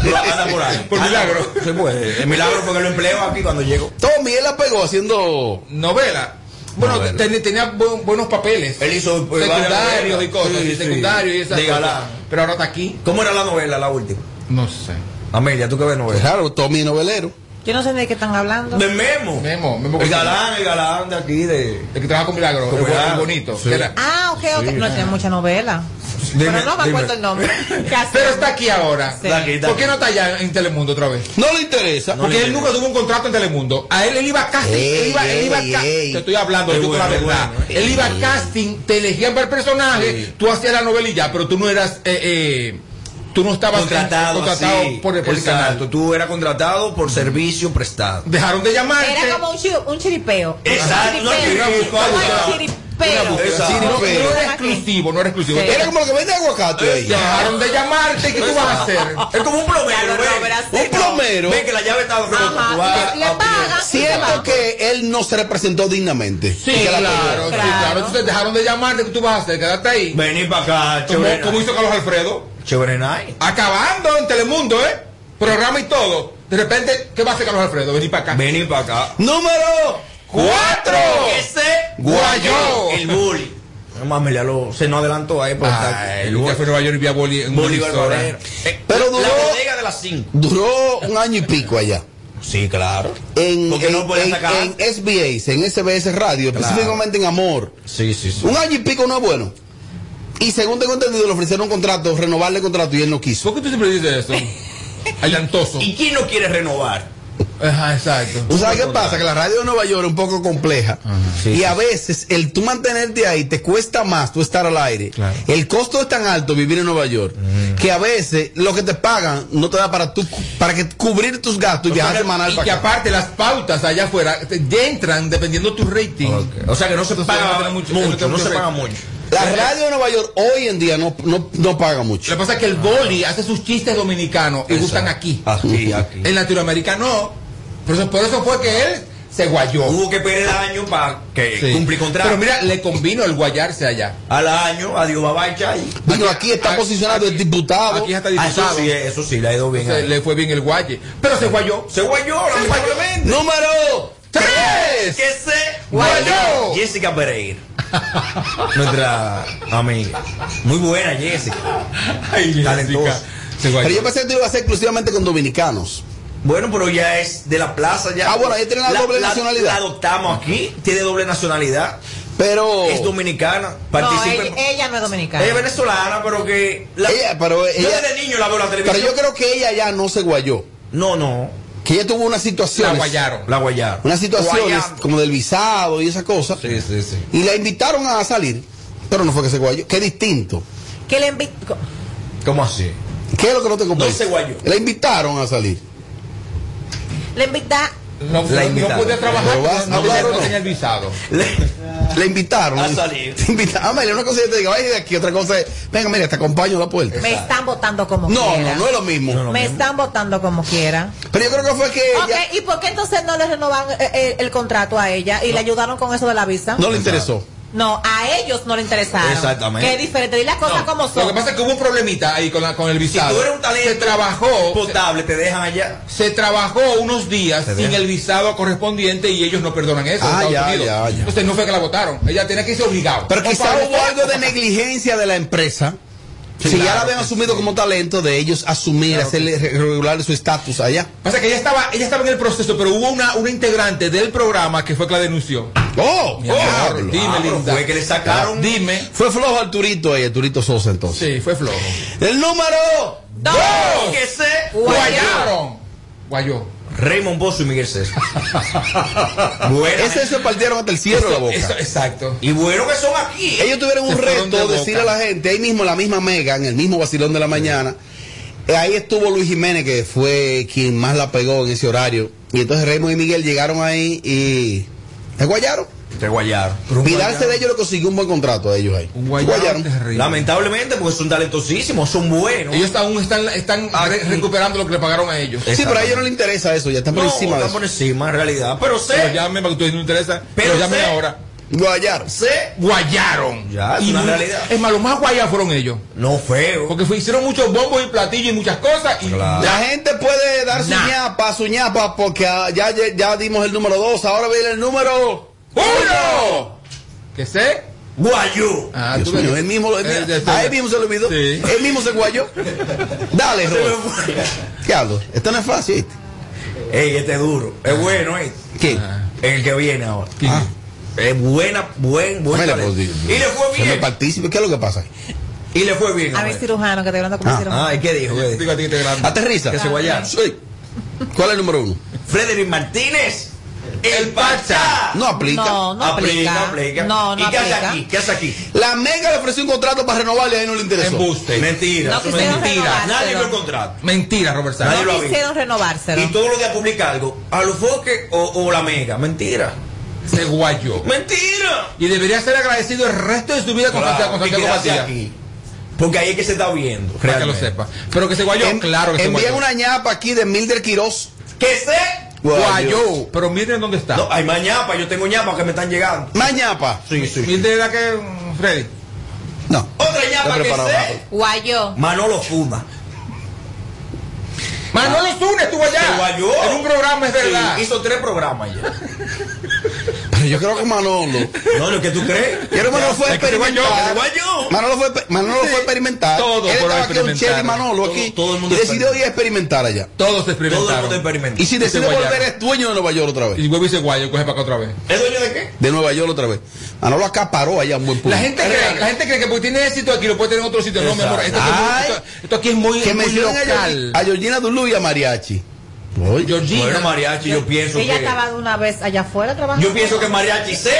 Pero anda por ahí. Por Anda- milagro. Sí, pues, el milagro porque lo empleo aquí cuando llego. Tommy, él la pegó haciendo. Novela. Bueno, Novela. ten- tenía bu- buenos papeles. Él hizo, eh, varias secundarios novelas. y cosas. Sí, y sí. secundarios y esas De cosas. galán. Pero ahora está aquí. ¿Cómo era la novela, la última? No sé. Amelia, ¿tú qué ves novela? Claro, pues, Tommy novelero. Yo no sé de qué están hablando. De Memo. Memo, Memo El Cortines. galán, el galán de aquí, de... El que trabaja con Milagro. Con el, Milagro. el bonito. Sí. que era- Ah, ok, ok. No tiene mucha novela. Dime, Pero no me dime. acuerdo el nombre. Casi. Pero está aquí ahora. Sí. Está aquí, está ¿Por qué aquí. no está allá en Telemundo otra vez? No le interesa. No. Porque le él creo. nunca tuvo un contrato en Telemundo. A él, él iba a casting. Ey, él iba, él ey, iba a ca- ey. Te estoy hablando, Qué yo con la bueno, qué verdad. bueno, Él iba a casting, te elegían para el personaje, Sí. tú hacías la novela y ya, pero tú no eras. eh, eh, tú no estabas contratado, contratado así. por, el- por el Exacto, Mm. canal. Tú eras contratado por servicio prestado. Dejaron de llamarte. Era como un, chi- un chiripeo. Exacto, Un chiripeo. no, chiripeo, Como el claro. chiri- pero. Exacto. No, no era exclusivo, no era exclusivo. Era como lo que vende aguacate Eh, ahí. Dejaron de llamarte, ¿qué tú vas a hacer? Es como un plomero, ve. Un plomero. Ve que la llave estaba Ajá, le, le pagan. Siento que él no se representó dignamente. Sí, claro, sí, claro. Entonces dejaron de llamarte, ¿qué tú vas a hacer? Quédate ahí. Vení para acá, Como, chévere. como hizo Carlos Alfredo. Chévere night. Acabando en Telemundo, ¿eh? Programa y todo. De repente, ¿qué va a hacer Carlos Alfredo? Vení para acá. Vení para acá. Número ¡Cuatro! Ese. Guayó. El bully. No mames, ya lo, se nos adelantó ahí. pues, Por estar- Ay, Lucas fue a Nueva York y vio a Boli en una Bolívar emisora. Barrera. Eh, Pero La duró- bodega de las 5. Duró un año y pico allá. Sí, claro. En, Porque no en- podían en- sacar. en SBS, en SBS Radio, Claro. específicamente en Amor. Sí, sí, sí. Un año y pico no es bueno. Y según tengo entendido, le ofrecieron un contrato, renovarle el contrato y él no quiso. ¿Por qué tú siempre dices eso? Allantoso. ¿Y quién no quiere renovar? Ajá, exacto. ¿Tú sabes qué pasa? Que la radio de Nueva York es un poco compleja. sí, y sí. a veces el tú mantenerte ahí te cuesta más tú estar al aire. El costo es tan alto vivir en Nueva York que a veces lo que te pagan no te da para tú para que cubrir tus gastos y viajar semanal y que para acá. aparte las pautas allá afuera te- ya entran dependiendo tu rating. O sea que no se Entonces, no paga tiene mucho- mucho. no tiene no se mucho paga rating. mucho. La radio de Nueva York hoy en día no, no, no paga Lo mucho. que pasa es que el boli hace sus chistes dominicanos y gustan aquí. Aquí, aquí. En Latinoamérica no. Por eso, por eso fue que él se guayó. Hubo que esperar el año para que Sí. cumplir Uh, contrato. Pero mira, le convino el guayarse allá. al año, adiós, bye bye, chay. Bueno, aquí está posicionado el diputado. Aquí hasta Ah, eso diputado. sí, eso sí, le ha ido bien. Se- le fue bien el guaye. Pero se guayó. Se guayó, lamentablemente. Número ¡Tres! Que se Guayó. Jessica Pereira. Nuestra amiga. Muy buena, Jessica. Ay, Talentosa. Se Pero yo guayó. pensé que esto iba a ser exclusivamente con dominicanos. Bueno, pero ya es de la plaza ya. Ah, bueno, ella tiene la doble nacionalidad. La adoptamos aquí, tiene doble nacionalidad, Pero es dominicana, No, participa. ella, en- ella no es dominicana. Ella es venezolana, pero que la- Ella- pero yo ella- desde niño la veo en la pero televisión. yo creo que ella ya no se guayó. No, no, Que ella tuvo una La situación. guayaron. la guayaba. unas situaciones Guayando. como del visado y esa cosa. Sí, sí, sí. Y la invitaron a salir, pero no fue que se guayó. Qué distinto. Que le envi- ¿Cómo así? ¿Qué es lo que no te convence? se guayó. La invitaron a salir. le invita- No, La no, invitaron. podía trabajar Pero vas porque a no, hablar tenía- o no no. tenía el visado. La invitaron. A salir. Te invita- Ah, Amelia, una cosa yo te digo, vaya de aquí, otra cosa es, venga, mira, te acompaño a la puerta. me están votando como No, quiera. no, no es lo mismo. me están votando como quiera. Pero yo creo que fue que Ok, ella ¿y por qué entonces no le renovan eh, eh, el contrato a ella y le ayudaron con eso de la visa? no le interesó. No, a ellos no le interesaron. Exactamente. Que es diferente. Dile las cosas como son. Lo que pasa es que hubo un problemita ahí con, la, con el visado. tú eres un talento se trabajó. Potable, te dejan allá. se trabajó unos días Está sin bien. el visado correspondiente y ellos no perdonan eso. Ah, en Estados ya, Unidos. ya, ya. Entonces no fue que la votaron. Ella tenía que irse obligado. Pero O quizá para hubo votar, algo de o para- negligencia de la empresa. Sí, si ya claro la habían que asumido sí. como talento de ellos asumir, hacerle regular su estatus allá. Pasa que ella estaba, ella estaba en el proceso, pero hubo una, una integrante del programa que fue que la denunció. ¡Oh! Mi ¡Oh! amor, dime, Ah, pero linda. fue que le sacaron- Dime. Fue flojo Arturito ahí, Arturito Sosa entonces. Sí, fue flojo. El número Dos. Que se Guayaron. Guayó. Raymond Bosso y Miguel César. bueno. Ese se partieron hasta el cielo de la boca. Eso- exacto. Y bueno que son aquí. Ellos tuvieron Se un fueron de reto boca. de decirle a la gente, ahí mismo en la misma mega, en el mismo vacilón de la mañana. eh, Ahí estuvo Luis Jiménez, que fue quien más la pegó en ese horario. Y entonces Raymond y Miguel llegaron ahí y se guayaron. Te guayaron. Pidarse de ellos le consiguió un buen contrato a ellos ahí. Un guayao Guayaron. terrible. Lamentablemente, porque son talentosísimos, son buenos. Ellos aún están, están re- recuperando lo que le pagaron a ellos. Sí, pero a ellos no les interesa eso, ya están por No, encima de están eso. por encima, en realidad. Pero sé, Pero llame para que ustedes no interesa. Pero, Pero llame sé. ahora. Guayaron. sé. Guayaron. Ya, es una muy- realidad. Es más, los más guayados fueron ellos. No feo. Porque fue- hicieron muchos bombos y platillos y muchas cosas. Y Claro. La gente puede dar su Nah. ñapa, su ñapa, porque ah, ya, ya, ya dimos el número dos, ahora viene el número ¡Uno! Que sé. Guayú. Ah, Dios tú ves. mío, él mismo, lo- él- Eh, de- a él mismo se le olvidó. Sí. Él mismo se guayó. Dale, Robert. Diablo, esto no es fácil. ¿viste? Ey, este es duro. Es bueno, eh. ¿Qué? El que viene ahora. ¿Quién? Ah. Es buena, buen, buen Mira, talento. pues, Y le fue se me bien. participe. ¿Qué es lo que pasa? Y le fue bien. A ver, cirujano, que te hablando como Ah, cirujano. Ay, ¿qué dijo? ¿Qué dijo? Digo a ti que te grande. Ah. Aterriza. Que se guayaron. Sí. ¿Cuál es el número uno? Frederick Martínez. El Pachá. No aplica. No, no aplica. aplica. No, no ¿Y qué hace aplica. aquí? ¿Qué hace aquí? La Mega le ofreció un contrato para renovarle y a él no le interesó. Embuste. Mentira. No eso es quisieron mentira. renovárselo. Nadie vio el contrato. Mentira, Robert Sala. Nadie lo ha No visto. quisieron renovárselo. Y todos los días publica algo. A los foques o, o la mega. Mentira. se guayó. ¡Mentira! Y debería ser agradecido el resto de su vida con Claro, Santiago, con y Santiago quedarse Matías. aquí. Porque ahí es que se está viendo. Para que lo sepa. Pero que se guayó, Em- En- claro que se envían guayó. una ñapa aquí de Milder Quirós. ¿Qué sé? Guayó. Pero miren dónde está. No, hay más ñapa, yo tengo ñapa que me están llegando. ¿Más ñapa? Sí, sí. ¿Y de la que, mm, Freddy? No. Otra ñapa que preparado, sé. Guayó. Manolo Zuna. Manolo Zuna estuvo allá. Se guayó. En un programa, es Ah. Sí, verdad. hizo tres programas ya. Pero yo creo que Manolo. No, lo que tú crees. Yo creo que Manolo fue Es que se guayó, que se experimental. guayó. Manolo fue, pe- Manolo fue experimental. Todo Él por estaba aquí un experimentar. Chevy Manolo Todo- aquí. todo el mundo y decidió ir a experimentar allá. Todos Todo el experimentaron. mundo experimenta. Y si decide volver es dueño de Nueva York otra vez. Y vuelve y se guayó, coge para acá otra vez. ¿Es dueño de qué? De Nueva York otra vez. Manolo acaparó allá un buen punto. La gente, cree, la gente cree que porque tiene éxito aquí lo puede tener en otro sitio. No, mi amor. Esto, aquí es muy- Ay. esto- esto aquí es muy, que muy mencionen a, local. Georgi- a Georgina Dulú y a Mariachi. Oye. Bueno, mariachi, yo pienso Ella que. estaba de una vez allá afuera trabajando. Yo pienso que mariachi sé.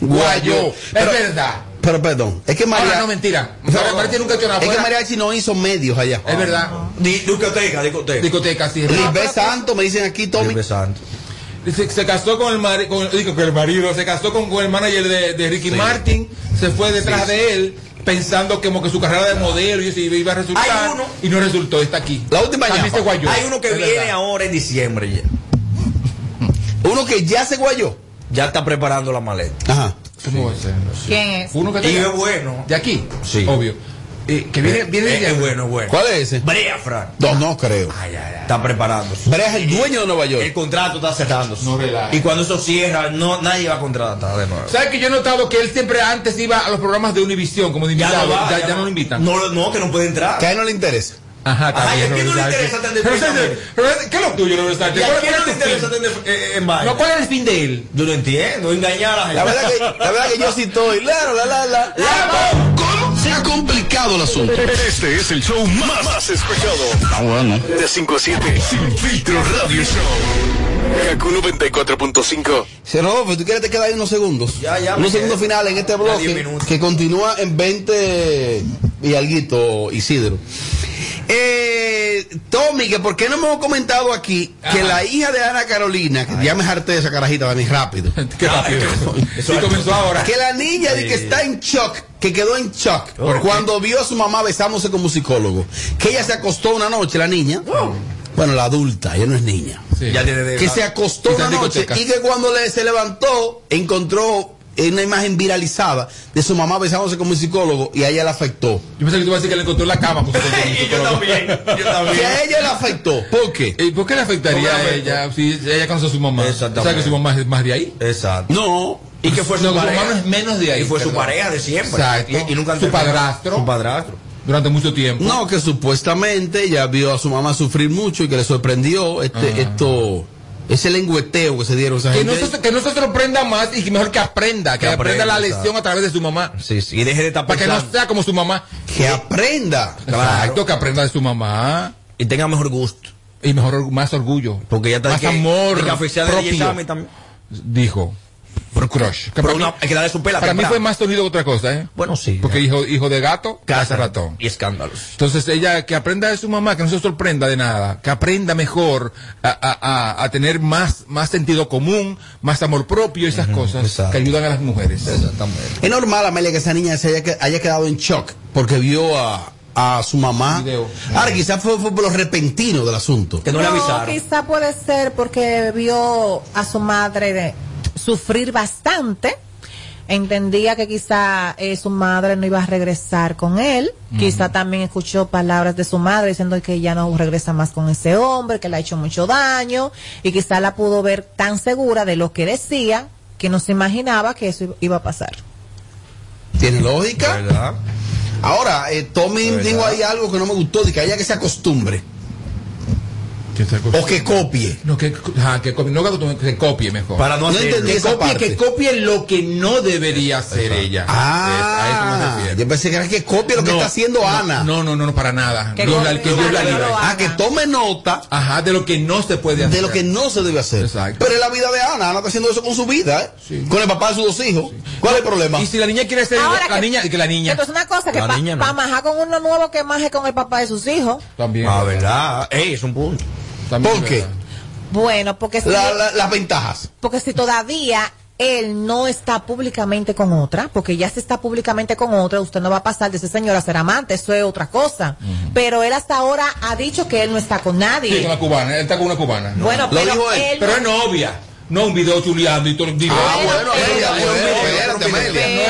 Guayo. Pero- es verdad. Pero perdón, es que Mariachi. Ahora no, mentira. No, Ahora Mariachi nunca ha hecho nada Es que afuera. Mariachi no hizo medios allá. Es verdad. Di- Discoteca, discoteca. Discoteca, sí. es verdad. Lisbeth Santo, me dicen aquí, Tommy. Se, se casó con el marido, digo que el marido, se casó con, con el manager de, de Ricky Martin, se fue detrás de él pensando que como que su carrera de modelo y eso iba a resultar Hay uno. y no resultó, está aquí. La última También ñapa. se guayó. Hay uno que Es viene verdad. ahora en diciembre ya. Uno que ya se guayó. Ya está preparando la maleta. Ajá. ¿Cómo va a ser? ¿Quién es? Uno que Y está- es bueno. de aquí, Sí. obvio. Eh, que viene, viene es, de- es bueno, es bueno. ¿Cuál es ese? Brea, Frank. No, no creo. Ay, ay, ay. Está preparándose. Pero es el dueño de Nueva El York. contrato está cerrándose. No relaje. y cuando eso cierra, no, nadie va a contratar de nuevo. ¿Sabes que yo he notado que él siempre antes iba a los programas de Univisión como de invitado? Ya, ya, no lo invitan. No, lo- no, que no puede entrar. Que a él no le interesa. Ajá, Ajá, ¿y a también. quién no le Robert interesa Sartre. atender Pero, precisamente? pero, pero, ¿Qué es lo tuyo, Robert Sartre? ¿Y a ¿Cuál- quién cuál no es le tu interesa fin? atender eh, en vaina? No, ¿cuál es el fin de él? Yo no entiendo, engañar a la gente. La verdad que, la verdad que yo sí estoy. Claro, la, la, la. ¿Cómo? Se ha complicado el asunto. Este es el show más, más escuchado. Ah, bueno. De 5 a 7. Sin filtro radio show. Kaku 94.5. Sí, Rodolfo, tú quieres te quedar ahí unos segundos. Ya, ya, Unos me segundos quedo. finales en este Ya, diez bloque minutos. que continúa en 20 y alguito, Isidro. Eh, Tommy, que por qué no hemos comentado aquí que la hija de Ana Carolina, que ya me harté de esa carajita, Dani, rápido. Qué rápido. eso Y es- comenzó ahora. Que la niña de que está en shock, que quedó en shock ¿Por qué? cuando vio a su mamá besándose como psicólogo. Que ella se acostó una noche, la niña. Bueno, la adulta, ella no es niña. Sí. Oh. Ya tiene de- Que se acostó Está una en noche discoteca. y que cuando le- se levantó encontró una imagen viralizada de su mamá besándose como psicólogo y a ella la afectó. Yo pensé que tú ibas a decir que le encontró en la cama. pues, con su- con su Y yo también, yo Que a también. ella la afectó. ¿Por qué? ¿Y Eh, por qué le afectaría a ¿Cómo la ella si ella cansó a su mamá? Exactamente. ¿Sabes que su mamá es más de ahí? Exacto. No. Y que fue su No, que su pareja. mamá no es menos de ahí. Y fue su perdón. pareja de siempre. Exacto. Y, y nunca han Su terminado. padrastro. Su padrastro. Durante mucho tiempo. No, que supuestamente ella vio a su mamá sufrir mucho y que le sorprendió este, esto, ese lengüeteo que se dieron esa Ah. Que no, gente. se, que no se sorprenda más y que mejor que aprenda, que, Que aprenda, aprenda, la exacto. lección a través de su mamá. Sí, sí. Y deje de tapar Para que no sea como su mamá. Que aprenda. Exacto, que aprenda de su mamá. Y tenga mejor gusto. Y mejor, org- más orgullo. Porque ya está Más que- amor de que oficial de propio. examen también. Dijo. Por crush. Que Pero para una- mí- hay que darle su pela. para mí temprano. fue más sonido que otra cosa, ¿eh? Bueno, sí. Porque hijo, hijo de gato, casa ratón. Y escándalos. Entonces ella que aprenda de su mamá, que no se sorprenda de nada, que aprenda mejor a, a- a- a tener más, más sentido común, más amor propio, esas cosas exacto. que ayudan a las mujeres. Exactamente. Es normal, Amelia, que esa niña se haya, que- haya quedado en shock porque vio a, a su mamá. Video. Ahora, quizás fue, fue por lo repentino del asunto. Que no, le avisaron. quizá puede ser porque vio a su madre de- sufrir bastante. Entendía que quizá eh, su madre no iba a regresar con él. Quizá también escuchó palabras de su madre diciendo que ya no regresa más con ese hombre, que le ha hecho mucho daño. Y quizá la pudo ver tan segura de lo que decía que no se imaginaba que eso iba a pasar. ¿Tiene lógica? ¿Verdad? Ahora, eh, Tommy ¿Verdad? dijo ahí algo que no me gustó, de que haya que se acostumbre o que copie. No, que, ajá, que copie, no que- que copie mejor. Para no, No hacerlo. entendí que, esa copie, parte. que copie lo que no debería hacer ella. Es- a eso Ah, me refiero. yo pensé que era que copie lo que No, está haciendo no, Ana. No, no, no, no, para nada. Que Dios copie la, que lo Dios que la no libre. lo haga. Ah, que tome nota Ajá, de lo que no se puede hacer. de lo que no se debe hacer. Exacto. Pero es la vida de Ana. Ana está haciendo eso con su vida, ¿eh? Sí. con el papá de sus dos hijos. ¿Cuál es el problema? Y si la niña quiere ser Ahora la que- niña, que la niña. Entonces, una cosa que La para niña no. majar con uno nuevo que maje con el papá de sus hijos. También. Ah, ¿verdad? Ey, es un punto. También ¿Por es qué? verdad. Bueno, porque si La- la- las ventajas. Porque si todavía él no está públicamente con otra, porque ya se está públicamente con otra, usted no va a pasar de ese señor a ser amante, eso es otra cosa. Pero él hasta ahora ha dicho que él no está con nadie. Sí, con la cubana, él está con una cubana. Bueno, Lo pero dijo él, él- pero es novia. No un video chuleando y todo. Ah, bueno, Amelia, bueno, bueno, bueno, Amelia. pero- No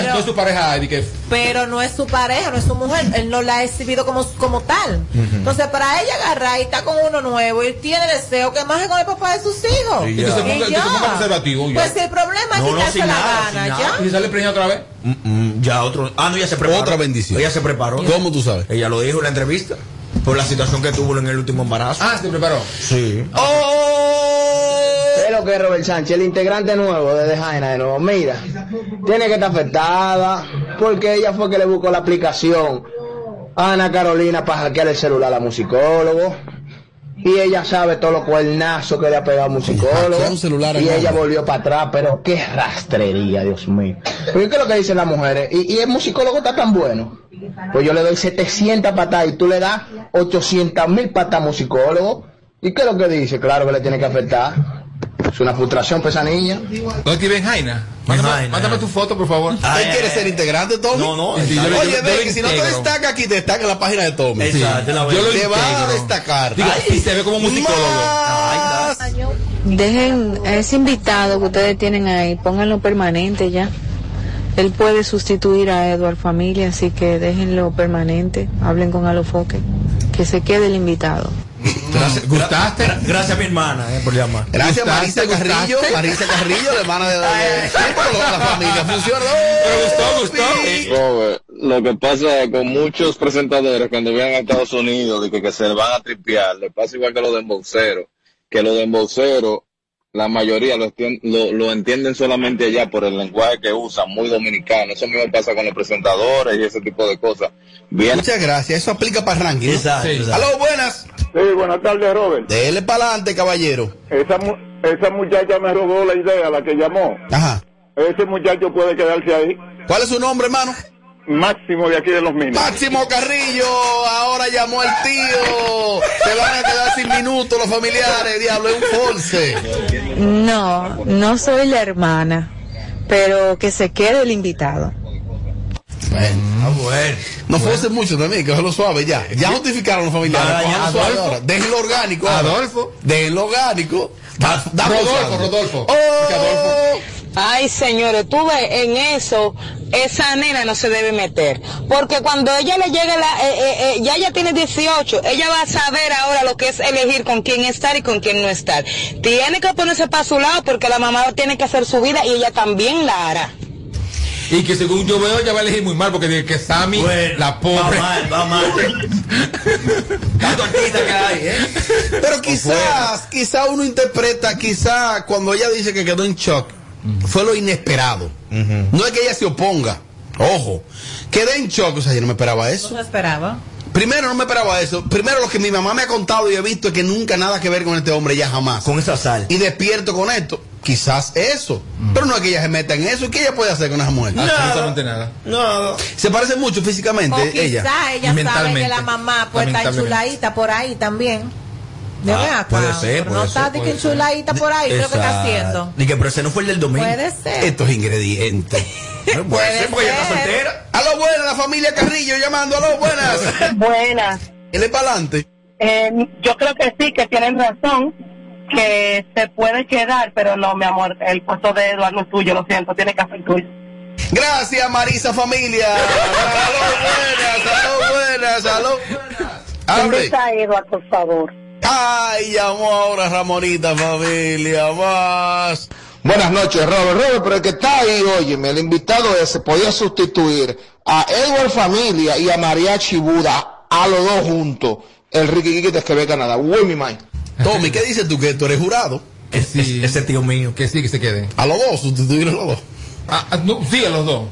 es- no es su pareja, Adi, que pero no es su pareja, no es su mujer, él no la ha exhibido como, como tal. Ujú. Entonces, para ella agarrar y está con uno nuevo y tiene deseo que más con el papá de sus hijos. Y que se ponga- que se ponga conservativo, ya. Pues el problema es No, no, quitarse sin la nada, sin gana, nada. ¿ya? ¿Y si sale preñado otra vez? Mm, Ya otro. Ah, no, ya se preparó. Otra bendición. Ella se preparó. ¿Cómo tú sabes? Ella lo dijo en la entrevista. Por la situación que tuvo en el último embarazo. Ah, se preparó. Sí. Ah, Oh. ¿Qué es lo que es Robert Sánchez? El integrante nuevo de Jaina de nuevo. Mira, tiene que estar afectada porque ella fue que le buscó la aplicación a Ana Carolina para hackear el celular a musicólogo. Y ella sabe todo lo cuernazo que le ha pegado al musicólogo. hackeó un celular a y Ana. ella volvió para atrás, pero qué rastrería, Dios mío. Pero ¿qué es lo que dicen las mujeres? ¿Y, y el musicólogo está tan bueno? Pues yo le doy 700 patadas y tú le das 800 mil patadas al musicólogo. ¿Y qué es lo que dice? Claro que le tiene que afectar. Es una frustración para esa niña. ¿No escriben Jaina? Mándame, mándame tu foto, por favor. ¿Él quiere ser integrante, Tommy? No, no, Sí, exacto. Oye, Yo- yo ven, lo que si no te integro. destaca aquí, te destaca en la página de Tommy. Exacto, Sí. la voy a- Yo lo Te integro. va va a a destacar. Digo, y se ve como un musicólogo. Dejen a ese invitado que ustedes tienen ahí, pónganlo permanente ya. Él puede sustituir a Eduard Familia, así que déjenlo permanente. Hablen con Alofoque. Que se quede el invitado. Gracias, ¿Gustaste? gracias a mi hermana eh, por llamar. Gracias ¿Gustaste? Marisa Carrillo, ¿Gustaste? Marisa Carrillo, la hermana de, de, de- de la familia. Funciona. gustó, gustó. Robert, lo que pasa es que con muchos presentadores cuando vienen a Estados Unidos de que, que se van a tripear, le pasa igual que los de embolseros, que los de embolseros, la mayoría lo, estien- lo, lo entienden solamente allá por el lenguaje que usan, muy dominicano. Eso mismo pasa con los presentadores y ese tipo de cosas. Bien. Muchas gracias. Eso aplica para ranking. ¿no? Exacto, Sí. exacto. Aló, buenas. Sí, buenas tardes, Robert. Dele para adelante, caballero. Esa, mu- esa muchacha me robó la idea, la que llamó. Ajá. Ese muchacho puede quedarse ahí. ¿Cuál es su nombre, hermano? Máximo de aquí de los Minas. Máximo Carrillo, ahora llamó el tío. Se van a quedar sin minutos los familiares, diablo, es un force. No, no soy la hermana, pero que se quede el invitado. Ah, bueno. No fuese mucho también, que es lo suave ya. Ya justificaron los familiares. Nada, ya, Cojan suave Adolfo. ahora. Dejen lo orgánico. ahora. Adolfo. Dejen lo orgánico. Da- da- Oh. Rodolfo, Rodolfo. Ay, señores, tú ves, en eso esa nena no se debe meter. Porque cuando ella le llegue la... eh, eh, eh, ya ella tiene 18, ella va a saber ahora lo que es elegir con quién estar y con quién no estar. Tiene que ponerse para su lado porque la mamá tiene que hacer su vida y ella también la hará. Y que según yo veo, ya va a elegir muy mal, porque dice que Sammy, la pobre. Pero quizás, quizás uno interpreta, quizás cuando ella dice que quedó en shock, fue lo inesperado. No es que ella se oponga. Ojo, quedé en shock, o sea, yo no me esperaba eso. No se esperaba. Primero, no me esperaba eso. Primero, lo que mi mamá me ha contado y he visto es que nunca nada que ver con este hombre, ya jamás. Con esa sal. Y despierto con esto. Quizás eso. Mm. Pero no es que ella se meta en eso. ¿Qué ella puede hacer con esa mujer? Nada. Absolutamente nada. Se parece mucho físicamente o quizá ella. ella, sabe que la mamá puede estar Lamentablemente. enchuladita por ahí también. De Ah, ven acá, puede ser, pero puede no está ser, de que puede ser. enchuladita por ahí, creo que está Exacto. haciendo. Ni Ah, que, pero ese no fue el del domingo. Puede ser. Estos ingredientes. puede ser porque ella está soltera. A lo buena, la familia Carrillo llamando. A lo buenas. Buenas. Él es para adelante. Eh, yo creo que sí, que tienen razón, que se puede quedar, pero no, mi amor, el puesto de Eduardo no es tuyo, lo siento, tiene que hacer tuyo. Gracias, Marisa Familia. Salud, buenas, salud, buenas, salud. ¿Dónde está Eduardo, por favor? Ay, llamó ahora Ramonita Familia, más. Buenas noches, Robert. Robert, pero el que está ahí, óyeme, el invitado ese podía sustituir a Edward Familia y a María Chibuda, a los dos juntos, el Ricky Quiquites que ve Canadá. Uy, mi man. Tommy, ¿qué dices tú? Que tú eres jurado. ese tío mío. Que sí, que se quede. A los dos, sustituir a los dos. Ah, ah, no, sí, a los dos.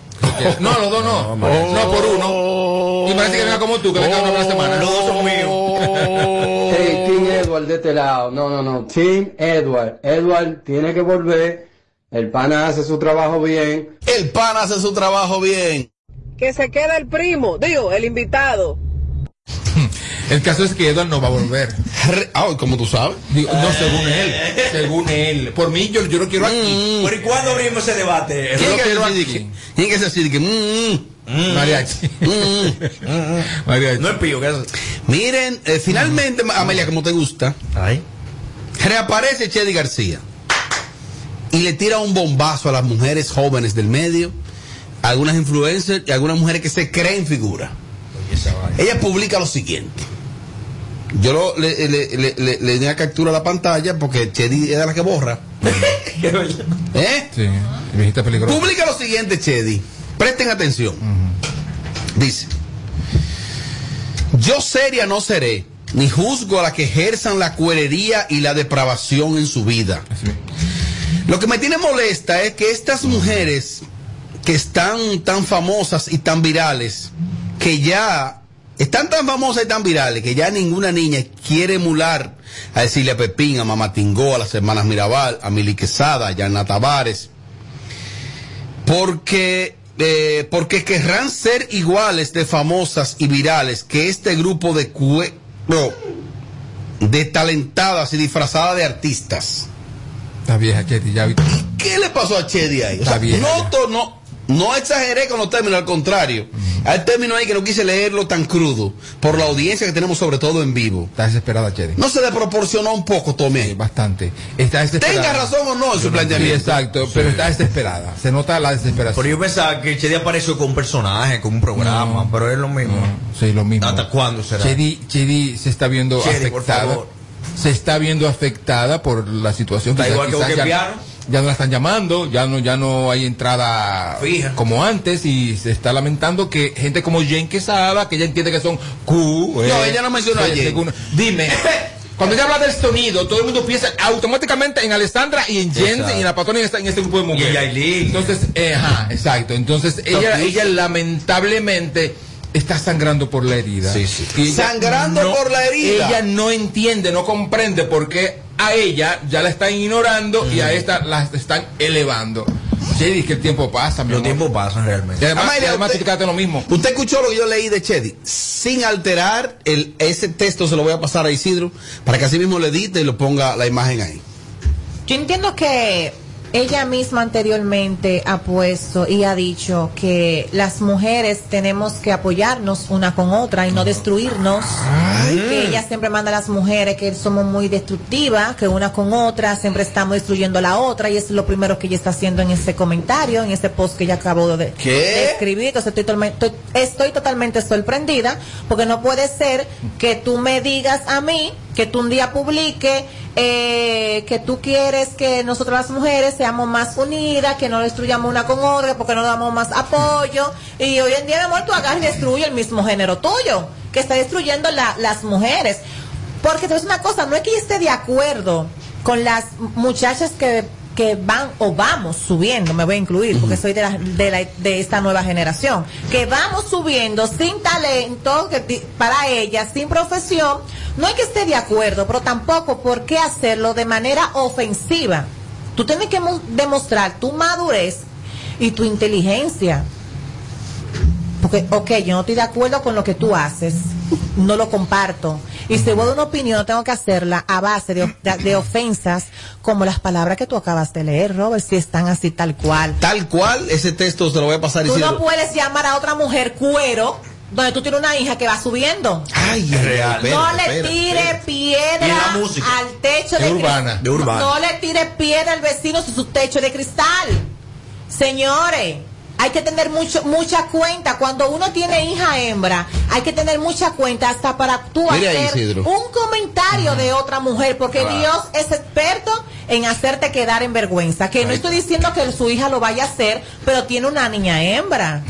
No, a los dos no. No, Oh. por uno. Y parece que venga como tú, que venga una por la semana. Los dos son míos. Hey, Team Edward de este lado. No, no, no. Team Edward. Edward tiene que volver. El pana hace su trabajo bien. El pana hace su trabajo bien. Que se quede el primo, digo, el invitado. El caso es que Edward no va a volver. Ah, ¿cómo tú sabes? no, según él. Según él. Por mí, yo, yo lo quiero aquí. ¿Por y cuándo abrimos ese debate? Yo lo quiero aquí. Mm, Tiene que ser así de que. mm, mm, Mariachi. mm, mm. No es pío, que es. Miren, eh, finalmente, Amelia, como te gusta, reaparece Chedi García y le tira un bombazo a las mujeres jóvenes del medio, a algunas influencers y a algunas mujeres que se creen figura. Ella publica lo siguiente. Yo lo- le, le, le, le- le di una captura a la pantalla porque Chedi es de la que borra. ¿Eh? Sí, viejita peligrosa. Publica lo siguiente, Chedi. Presten atención. Dice: Yo seria no seré, ni juzgo a las que ejerzan la cuerería y la depravación en su vida. Lo que me tiene molesta es que estas mujeres que están tan famosas y tan virales, que ya están tan famosas y tan virales, que ya ninguna niña quiere emular a Cecilia Pepín, a Mamá Tingó, a las hermanas Mirabal, a Mili Quesada, a Yana Tavares, porque, eh, porque querrán ser iguales de famosas y virales que este grupo de cue- no, de talentadas y disfrazadas de artistas. Está vieja, Chedi, ya vi. ¿Qué le pasó a Chedi ahí? O Está sea, bien, no, to- no, no exageré con los términos, al contrario. Hay términos ahí que no quise leerlo tan crudo, por la audiencia que tenemos sobre todo en vivo. Está desesperada, Chedi. No se desproporcionó un poco, Tommy. ahí. Bastante. Está desesperada. Tenga razón o no en su Sí, planteamiento. exacto, pero está desesperada. Se nota la desesperación. Pero yo pensaba que Chedi apareció con un personaje, con un programa, pero es lo mismo. Sí, lo mismo. ¿Hasta cuándo será? Chedi, Chedi se está viendo Chedi, por afectada. favor. Se está viendo afectada por la situación. Está Quizás- igual que quizás Boca ya, Piano. ya no la están llamando, ya no, ya no hay entrada Fija. como antes y se está lamentando que gente como Jen Quesada, que ella entiende que son Q. eh, No, ella no mencionó a Jen. según- Dime. Cuando ella habla del sonido, todo el mundo piensa automáticamente en Alessandra y en Jen Exacto. y en la patrona y en esta- en este grupo de mujeres. Y en Yailin. Entonces, eh, ajá, exacto. Entonces, ella, ella lamentablemente está sangrando por la herida. Y ella Sangrando por la herida. Ella no entiende, no comprende por qué a ella ya la están ignorando y a esta la están elevando. Chedi, que el tiempo pasa, mi Los amor. tiempos pasan realmente. Y además, y Amalia, además usted- tú te quedaste en lo mismo. Usted escuchó lo que yo leí de Chedi. Sin alterar el, ese texto, se lo voy a pasar a Isidro para que así mismo le edite y lo ponga la imagen ahí. Yo entiendo que ella misma anteriormente ha puesto y ha dicho que las mujeres tenemos que apoyarnos una con otra y no destruirnos. Que ella siempre manda a las mujeres que somos muy destructivas, que una con otra siempre estamos destruyendo a la otra y eso es lo primero que ella está haciendo en ese comentario, en ese post que ella acabó de, ¿Qué? de escribir. Entonces estoy, tolme- to- estoy totalmente sorprendida porque no puede ser que tú me digas a mí que tú un día publique eh, que tú quieres que nosotras las mujeres seamos más unidas, que no destruyamos una con otra, porque no damos más apoyo. Y hoy en día, mi amor, tú agarras y destruyes el mismo género tuyo, que está destruyendo la- las mujeres. Porque es una cosa, no es que yo esté de acuerdo con las muchachas que, que van o vamos subiendo, me voy a incluir porque soy de, la- de, la- de esta nueva generación, que vamos subiendo sin talento que ti- para ellas, sin profesión, no es que esté de acuerdo, pero tampoco por qué hacerlo de manera ofensiva. Tú tienes que mo- demostrar tu madurez y tu inteligencia. Porque, ok, yo no estoy de acuerdo con lo que tú haces, no lo comparto. Y si voy a una opinión, tengo que hacerla a base de, of- de ofensas, como las palabras que tú acabas de leer, Robert, si están así tal cual. Tal cual, ese texto se lo voy a pasar a Tú Isidro. no puedes llamar a otra mujer cuero, donde tú tienes una hija que va subiendo. Ay, es real. no Espérate, le espérate, tire espérate. Y piedra la música. al techo de, De cris- urbana, de urbana. No le tire piedra al vecino si su techo es de cristal. Señores, hay que tener mucho mucha cuenta. Cuando uno tiene hija hembra, hay que tener mucha cuenta hasta para tú Mira ahí, hacer Isidro. un comentario de otra mujer, porque Claro. Dios es experto en hacerte quedar en vergüenza. Que no estoy diciendo que su hija lo vaya a hacer, pero tiene una niña hembra.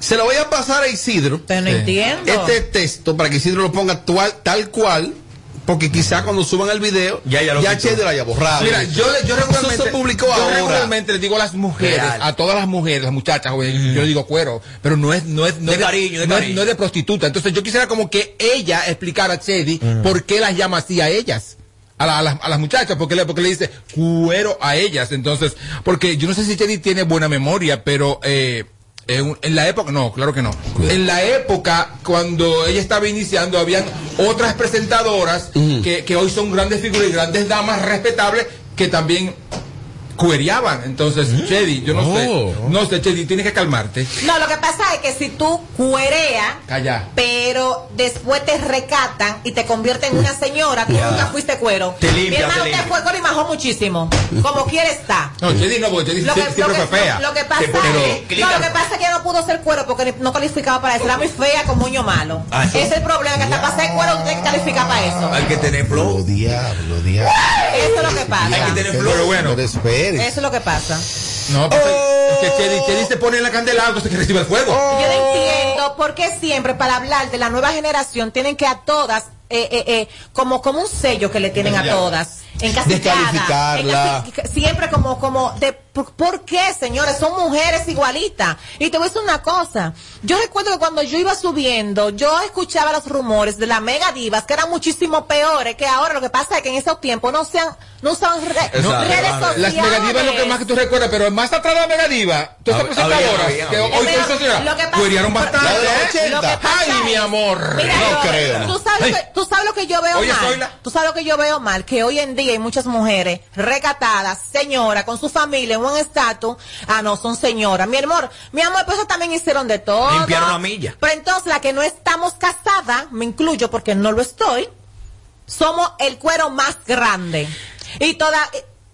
Se lo voy a pasar a Isidro. Te no entiendo. Este texto para que Isidro lo ponga actual- tal cual. Porque quizá cuando suban el video, Ya, ya lo quitó. Chedi lo haya borrado. Mira, yo, le- yo regularmente, Eso se publicó yo ahora. regularmente le digo a las mujeres, Real. a todas las mujeres, las muchachas, jóvenes, yo le digo cuero, pero no es, no es, no De es cariño, de no es- cariño. no es de prostituta. Entonces yo quisiera como que ella explicara a Chedi por qué las llama así a ellas. A, la- a las, a las muchachas, porque le, porque le dice cuero a ellas. Entonces, porque yo no sé si Chedi tiene buena memoria, pero eh, En, en la época, no, claro que no. En la época, cuando ella estaba iniciando, habían otras presentadoras que, que hoy son grandes figuras y grandes damas respetables que también cueriaban. Entonces, Chedi, yo no sé. No sé, Chedi, tienes que calmarte. No, lo que pasa es que si tú cuereas, Calla. pero después te recatan y te convierten en una señora, tú Ya. nunca fuiste cuero. Te limpia, Mi hermano te te limpia. fue cuero y majó muchísimo. Como quiere está. No, Chedi no, porque Chedi Lo que, sie- siempre lo que- fue fea. lo que pasa Te- pero- es, no, lo que pasa es que ella no pudo ser cuero porque ni- no calificaba para eso. Era muy fea con moño malo. Ah, eso. Ese es el problema, que hasta para ser cuero tú tienes que calificar para eso. Hay que tener flow. diablo, diablo. Eso es lo que pasa. Hay que tener flow. Pero bueno. Eso es lo que pasa. No, pues, que Chedi, Chedi se pone en la candela, entonces que recibe el fuego. Yo Oh. no entiendo por qué siempre para hablar de la nueva generación tienen que a todas, eh, eh, eh, como, como un sello que le tienen a Ya. todas. Encasilladas, Descalificarla. encasi- siempre como, como, de, por, ¿por qué, señores? Son mujeres igualitas. Y te voy a decir una cosa. Yo recuerdo que cuando yo iba subiendo, yo escuchaba los rumores de las mega divas, que eran muchísimo peores que ahora. Lo que pasa es que en esos tiempos no sean, no usan re- No, redes sociales. Las megadiva es lo que más que tú recuerdas, pero más atrás de la megadiva, todas Había- estas presentadoras había- que había. hoy Pero son lo que sociedad, pasa- cueriaron bastante. Lo que- ¿eh? lo que pasa Ay, es- mi amor. Mira, no yo- creo. Tú sabes, lo Ay. que, tú sabes lo que yo veo Oye, mal. Zoila. Tú sabes lo que yo veo mal, que hoy en día hay muchas mujeres recatadas, señoras, con su familia en buen estatus. Ah, no, son señoras. Mi amor, mi amor, pues eso también hicieron de todo. Limpiaron la milla. Pero entonces, la que no estamos casadas, me incluyo porque no lo estoy, somos el cuero más grande. Y toda,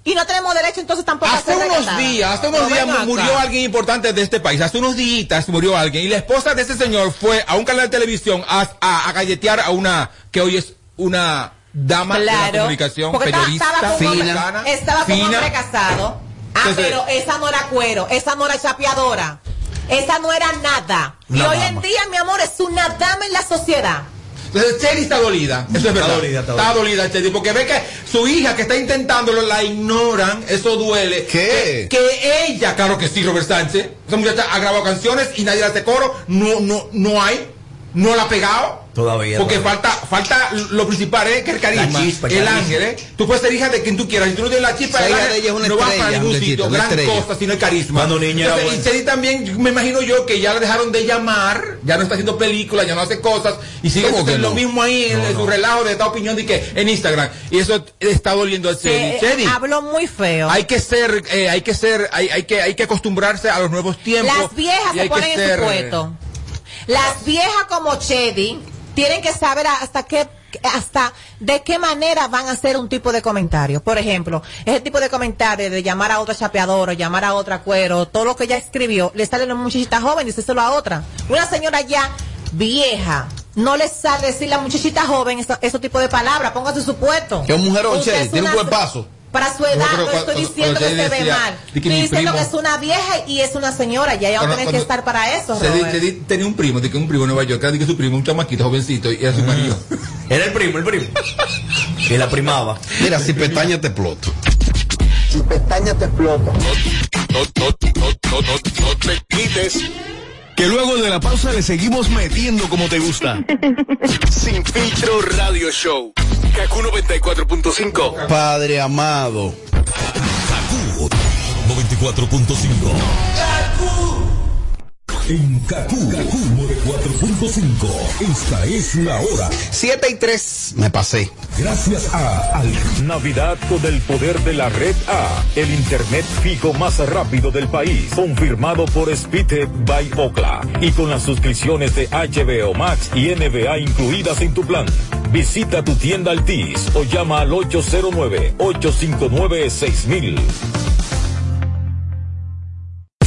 y no tenemos derecho entonces tampoco a Hace ser unos recatadas. días, hace No, unos días ven acá. murió alguien importante de este país. Hace unos días murió alguien y la esposa de ese señor fue a un canal de televisión a, a, a galletear a una que hoy es una dama de la Claro, comunicación, porque estaba, periodista, estaba con un hombre, mexicana, estaba con un fina. hombre casado. Ah, Entonces- pero esa no era cuero, esa no era chapeadora, esa no era nada. y Una hoy en dama. día, mi amor, es una dama en la sociedad. Entonces, Chedi está dolida. Eso es Está verdad. dolida, está Está dolida, Chedi, porque ve que su hija que está intentándolo la ignoran. Eso duele. ¿Qué? Que, que ella, claro que sí, Robert Sánchez. Esa muchacha ha grabado canciones y nadie la hace coro. No, no, no hay. No la ha pegado. Todavía. Porque falta, falta lo principal, ¿eh? Que el carisma, La chispa, el carisma. ángel, ¿eh? Tú puedes ser hija de quien tú quieras. Si tú no tienes la chispa Esa del hija ángel, de ella es una no vas estrella, para ningún muchachito, sitio, una gran estrella. cosa, sino el carisma. Cuando niña era Entonces, buena. y Chedi también, me imagino yo, que ya la dejaron de llamar, ya no está haciendo películas, ya no hace cosas, y sigue ¿Cómo que haciendo no? lo mismo ahí en No, en su no. relajo de esta opinión de que en Instagram. Y eso está doliendo a Chedi. Eh, Chedi, habló muy feo. hay que ser, eh, hay que ser, hay, hay que, hay que acostumbrarse a los nuevos tiempos. Las viejas y se hay que ponen en su ser, eh, puesto. Las viejas como Chedi tienen que saber hasta qué hasta de qué manera van a hacer un tipo de comentario. Por ejemplo, ese tipo de comentario de llamar a otra chapeadora, llamar a otra cuero, todo lo que ella escribió, le sale a una muchachita joven, díselo a otra. Una señora ya vieja, no le sale decir a la muchachita joven eso- ese tipo de palabras, póngase en su puesto. Que es un mujerón, Usted Chedi, es tiene un una- cuerpazo. Para su edad, No, pero no cuando- estoy diciendo que cuando se Chedi ve decía, mal. di que Estoy mi diciendo primo- que es una vieja y es una señora, ya ella va a Ahora, tener que cuando- estar para eso. Se di- Robert. se di- tenía un primo, de que un primo en Nueva York, de que su primo, un chamaquito jovencito, y era su marido. Era el primo, el primo. Que la primaba. Mira, si pestañas te exploto. Si pestañas te exploto. No, no, no, no, no, no te quites. Que luego de la pausa le seguimos metiendo como te gusta. Sin filtro radio show. Kaku 94.5. Padre amado. 94.5. En Kaku, Kaku 4.5. Esta es la hora. 7 y 3. Me pasé. Gracias a Al. Navidad con el poder de la red A, el internet fijo más rápido del país, confirmado por Speedtech by Ocla y con las suscripciones de HBO Max y NBA incluidas en tu plan. Visita tu tienda Altis o llama al 809-859-6000.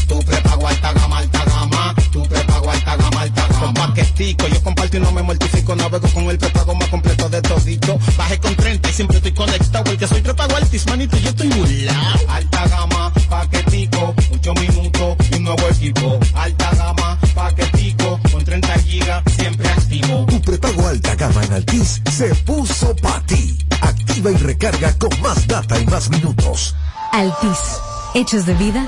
Tu prepago alta gama, alta gama. Tu prepago alta gama, alta gama. Con paquetico, yo comparto y no me mortifico. Navego con el prepago más completo de todito. Bajé con 30 y siempre estoy conectado. El que soy prepago altis, manito, yo estoy burlao. Alta gama, paquetico. 8 minutos y un nuevo equipo. Alta gama, paquetico. Con 30 gigas, siempre activo. Tu prepago alta gama en Altis se puso para ti. Activa y recarga con más data y más minutos. Altis, hechos de vida,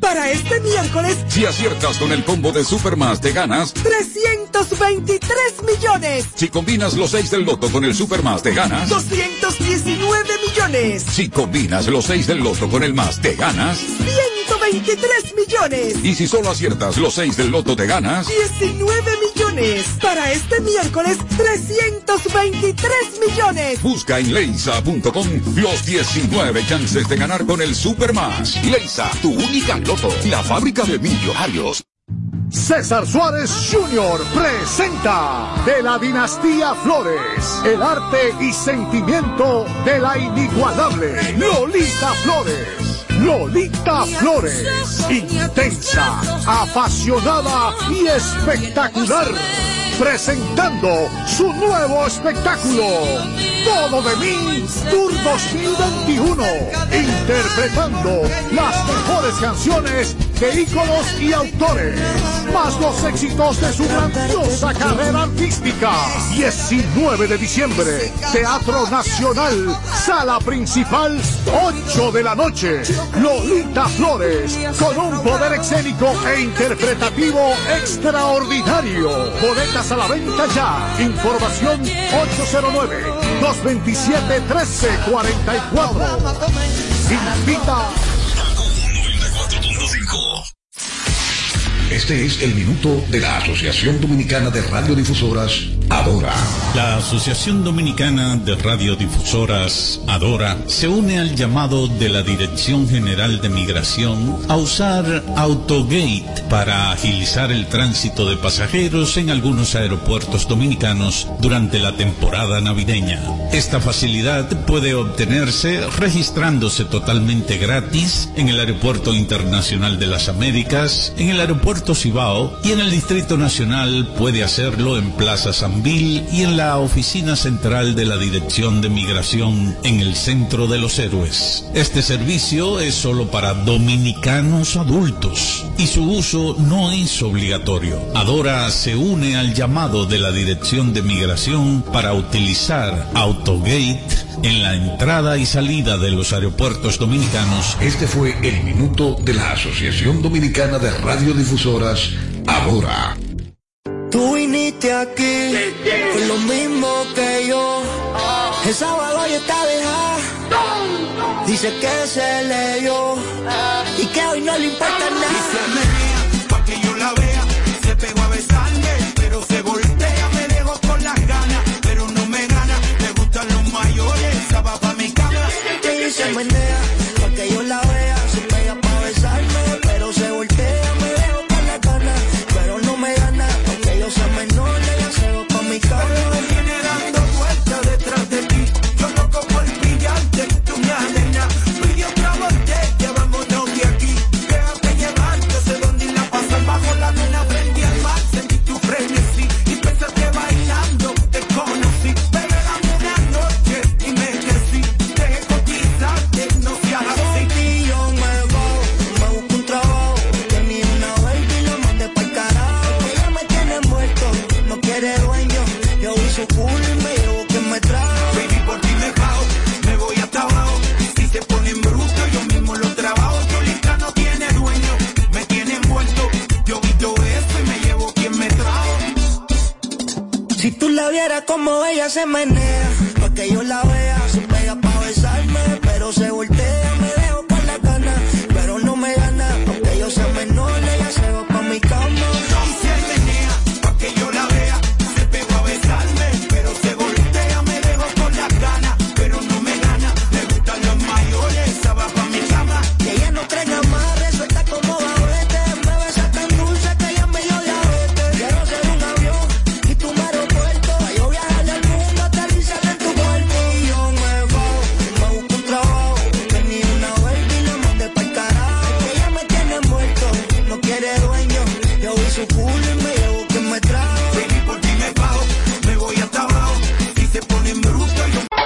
Para este miércoles, Si aciertas con el combo de Supermas, te ganas. 323 millones. Si combinas los 6 del loto con el Supermas, te ganas. 219 millones. Si combinas los 6 del loto con el más, te ganas. 123 millones. Y si solo aciertas los 6 del loto, te ganas. 19 millones. Para este miércoles, 323 millones. Busca en leisa.com los 19 chances de ganar con el Supermas. Leisa, tu única loto. La fábrica de millonarios. César Suárez Jr. presenta de la dinastía Flores, el arte y sentimiento de la inigualable Lolita Flores. Lolita Flores, intensa, apasionada y espectacular, presentando su nuevo espectáculo, Todo de mí, Tour 2021, interpretando las mejores canciones de íconos y autores, más los éxitos de su grandiosa carrera artística. 19 de diciembre, Teatro Nacional, Sala Principal, 8 de la noche. Lolita Flores, con un poder escénico e interpretativo extraordinario. Boletas a la venta ya. Información 809-227-1344. Invita Este es el minuto de la Asociación Dominicana de Radiodifusoras, Adora. La Asociación Dominicana de Radiodifusoras, ADORA, se une al llamado de la Dirección General de Migración a usar Autogate para agilizar el tránsito de pasajeros en algunos aeropuertos dominicanos durante la temporada navideña. Esta facilidad puede obtenerse registrándose totalmente gratis en el Aeropuerto Internacional de las Américas, en el Aeropuerto Cibao y en el Distrito Nacional puede hacerlo en Plaza Sambil y en la Oficina Central de la Dirección de Migración en el Centro de los Héroes. Este servicio es solo para dominicanos adultos y su uso no es obligatorio. Adora se une al llamado de la Dirección de Migración para utilizar Autogate en la entrada y salida de los aeropuertos dominicanos. Este fue el minuto de la Asociación Dominicana de Radiodifusoras, Adora. Tú viniste aquí con lo mismo que yo. El sábado ya está deja. Dice que se leyó y que hoy no le importa nada. pa' que yo la vea. Se pegó a besarme, pero se voltea. Me dejo con las ganas, pero no me gana. Me gustan los mayores, esa va pa' mi cama. Y se menea pa' que yo la vea. Se pega pa' besarme, pero se voltea. Me dejo con la gana, pero no me gana. Porque yo sea menor, le gaseo pa' mi cara. Viene dando vueltas detrás de ti. Yo loco por brillante, tú me alenas. Pide otra botella, vámonos de aquí. Déjate llevar, yo sé dónde la pasan. Bajo la nena prendí al mar, sentí tu frenesí. Y pensé que bailando te conocí. Pégame una noche y me crecí. Deje cotizarte, no seas así. Y yo me voy, me busco un trabajo. Tenía una baby y la mandé pa'l carajo. Ella me tiene muerto, no quiere dueño. Yo uso culo y me llevo que me trajo. Baby, por ti me bajo, me voy hasta abajo. Si se ponen brutos, yo mismo lo trabajo. Yolita no tiene dueño, me tiene muerto. Yo visto eso y me llevo quien me trajo. Si tú la vieras como ella se menea, pa' que yo la vea. Se pega pa' besarme, pero se voltea.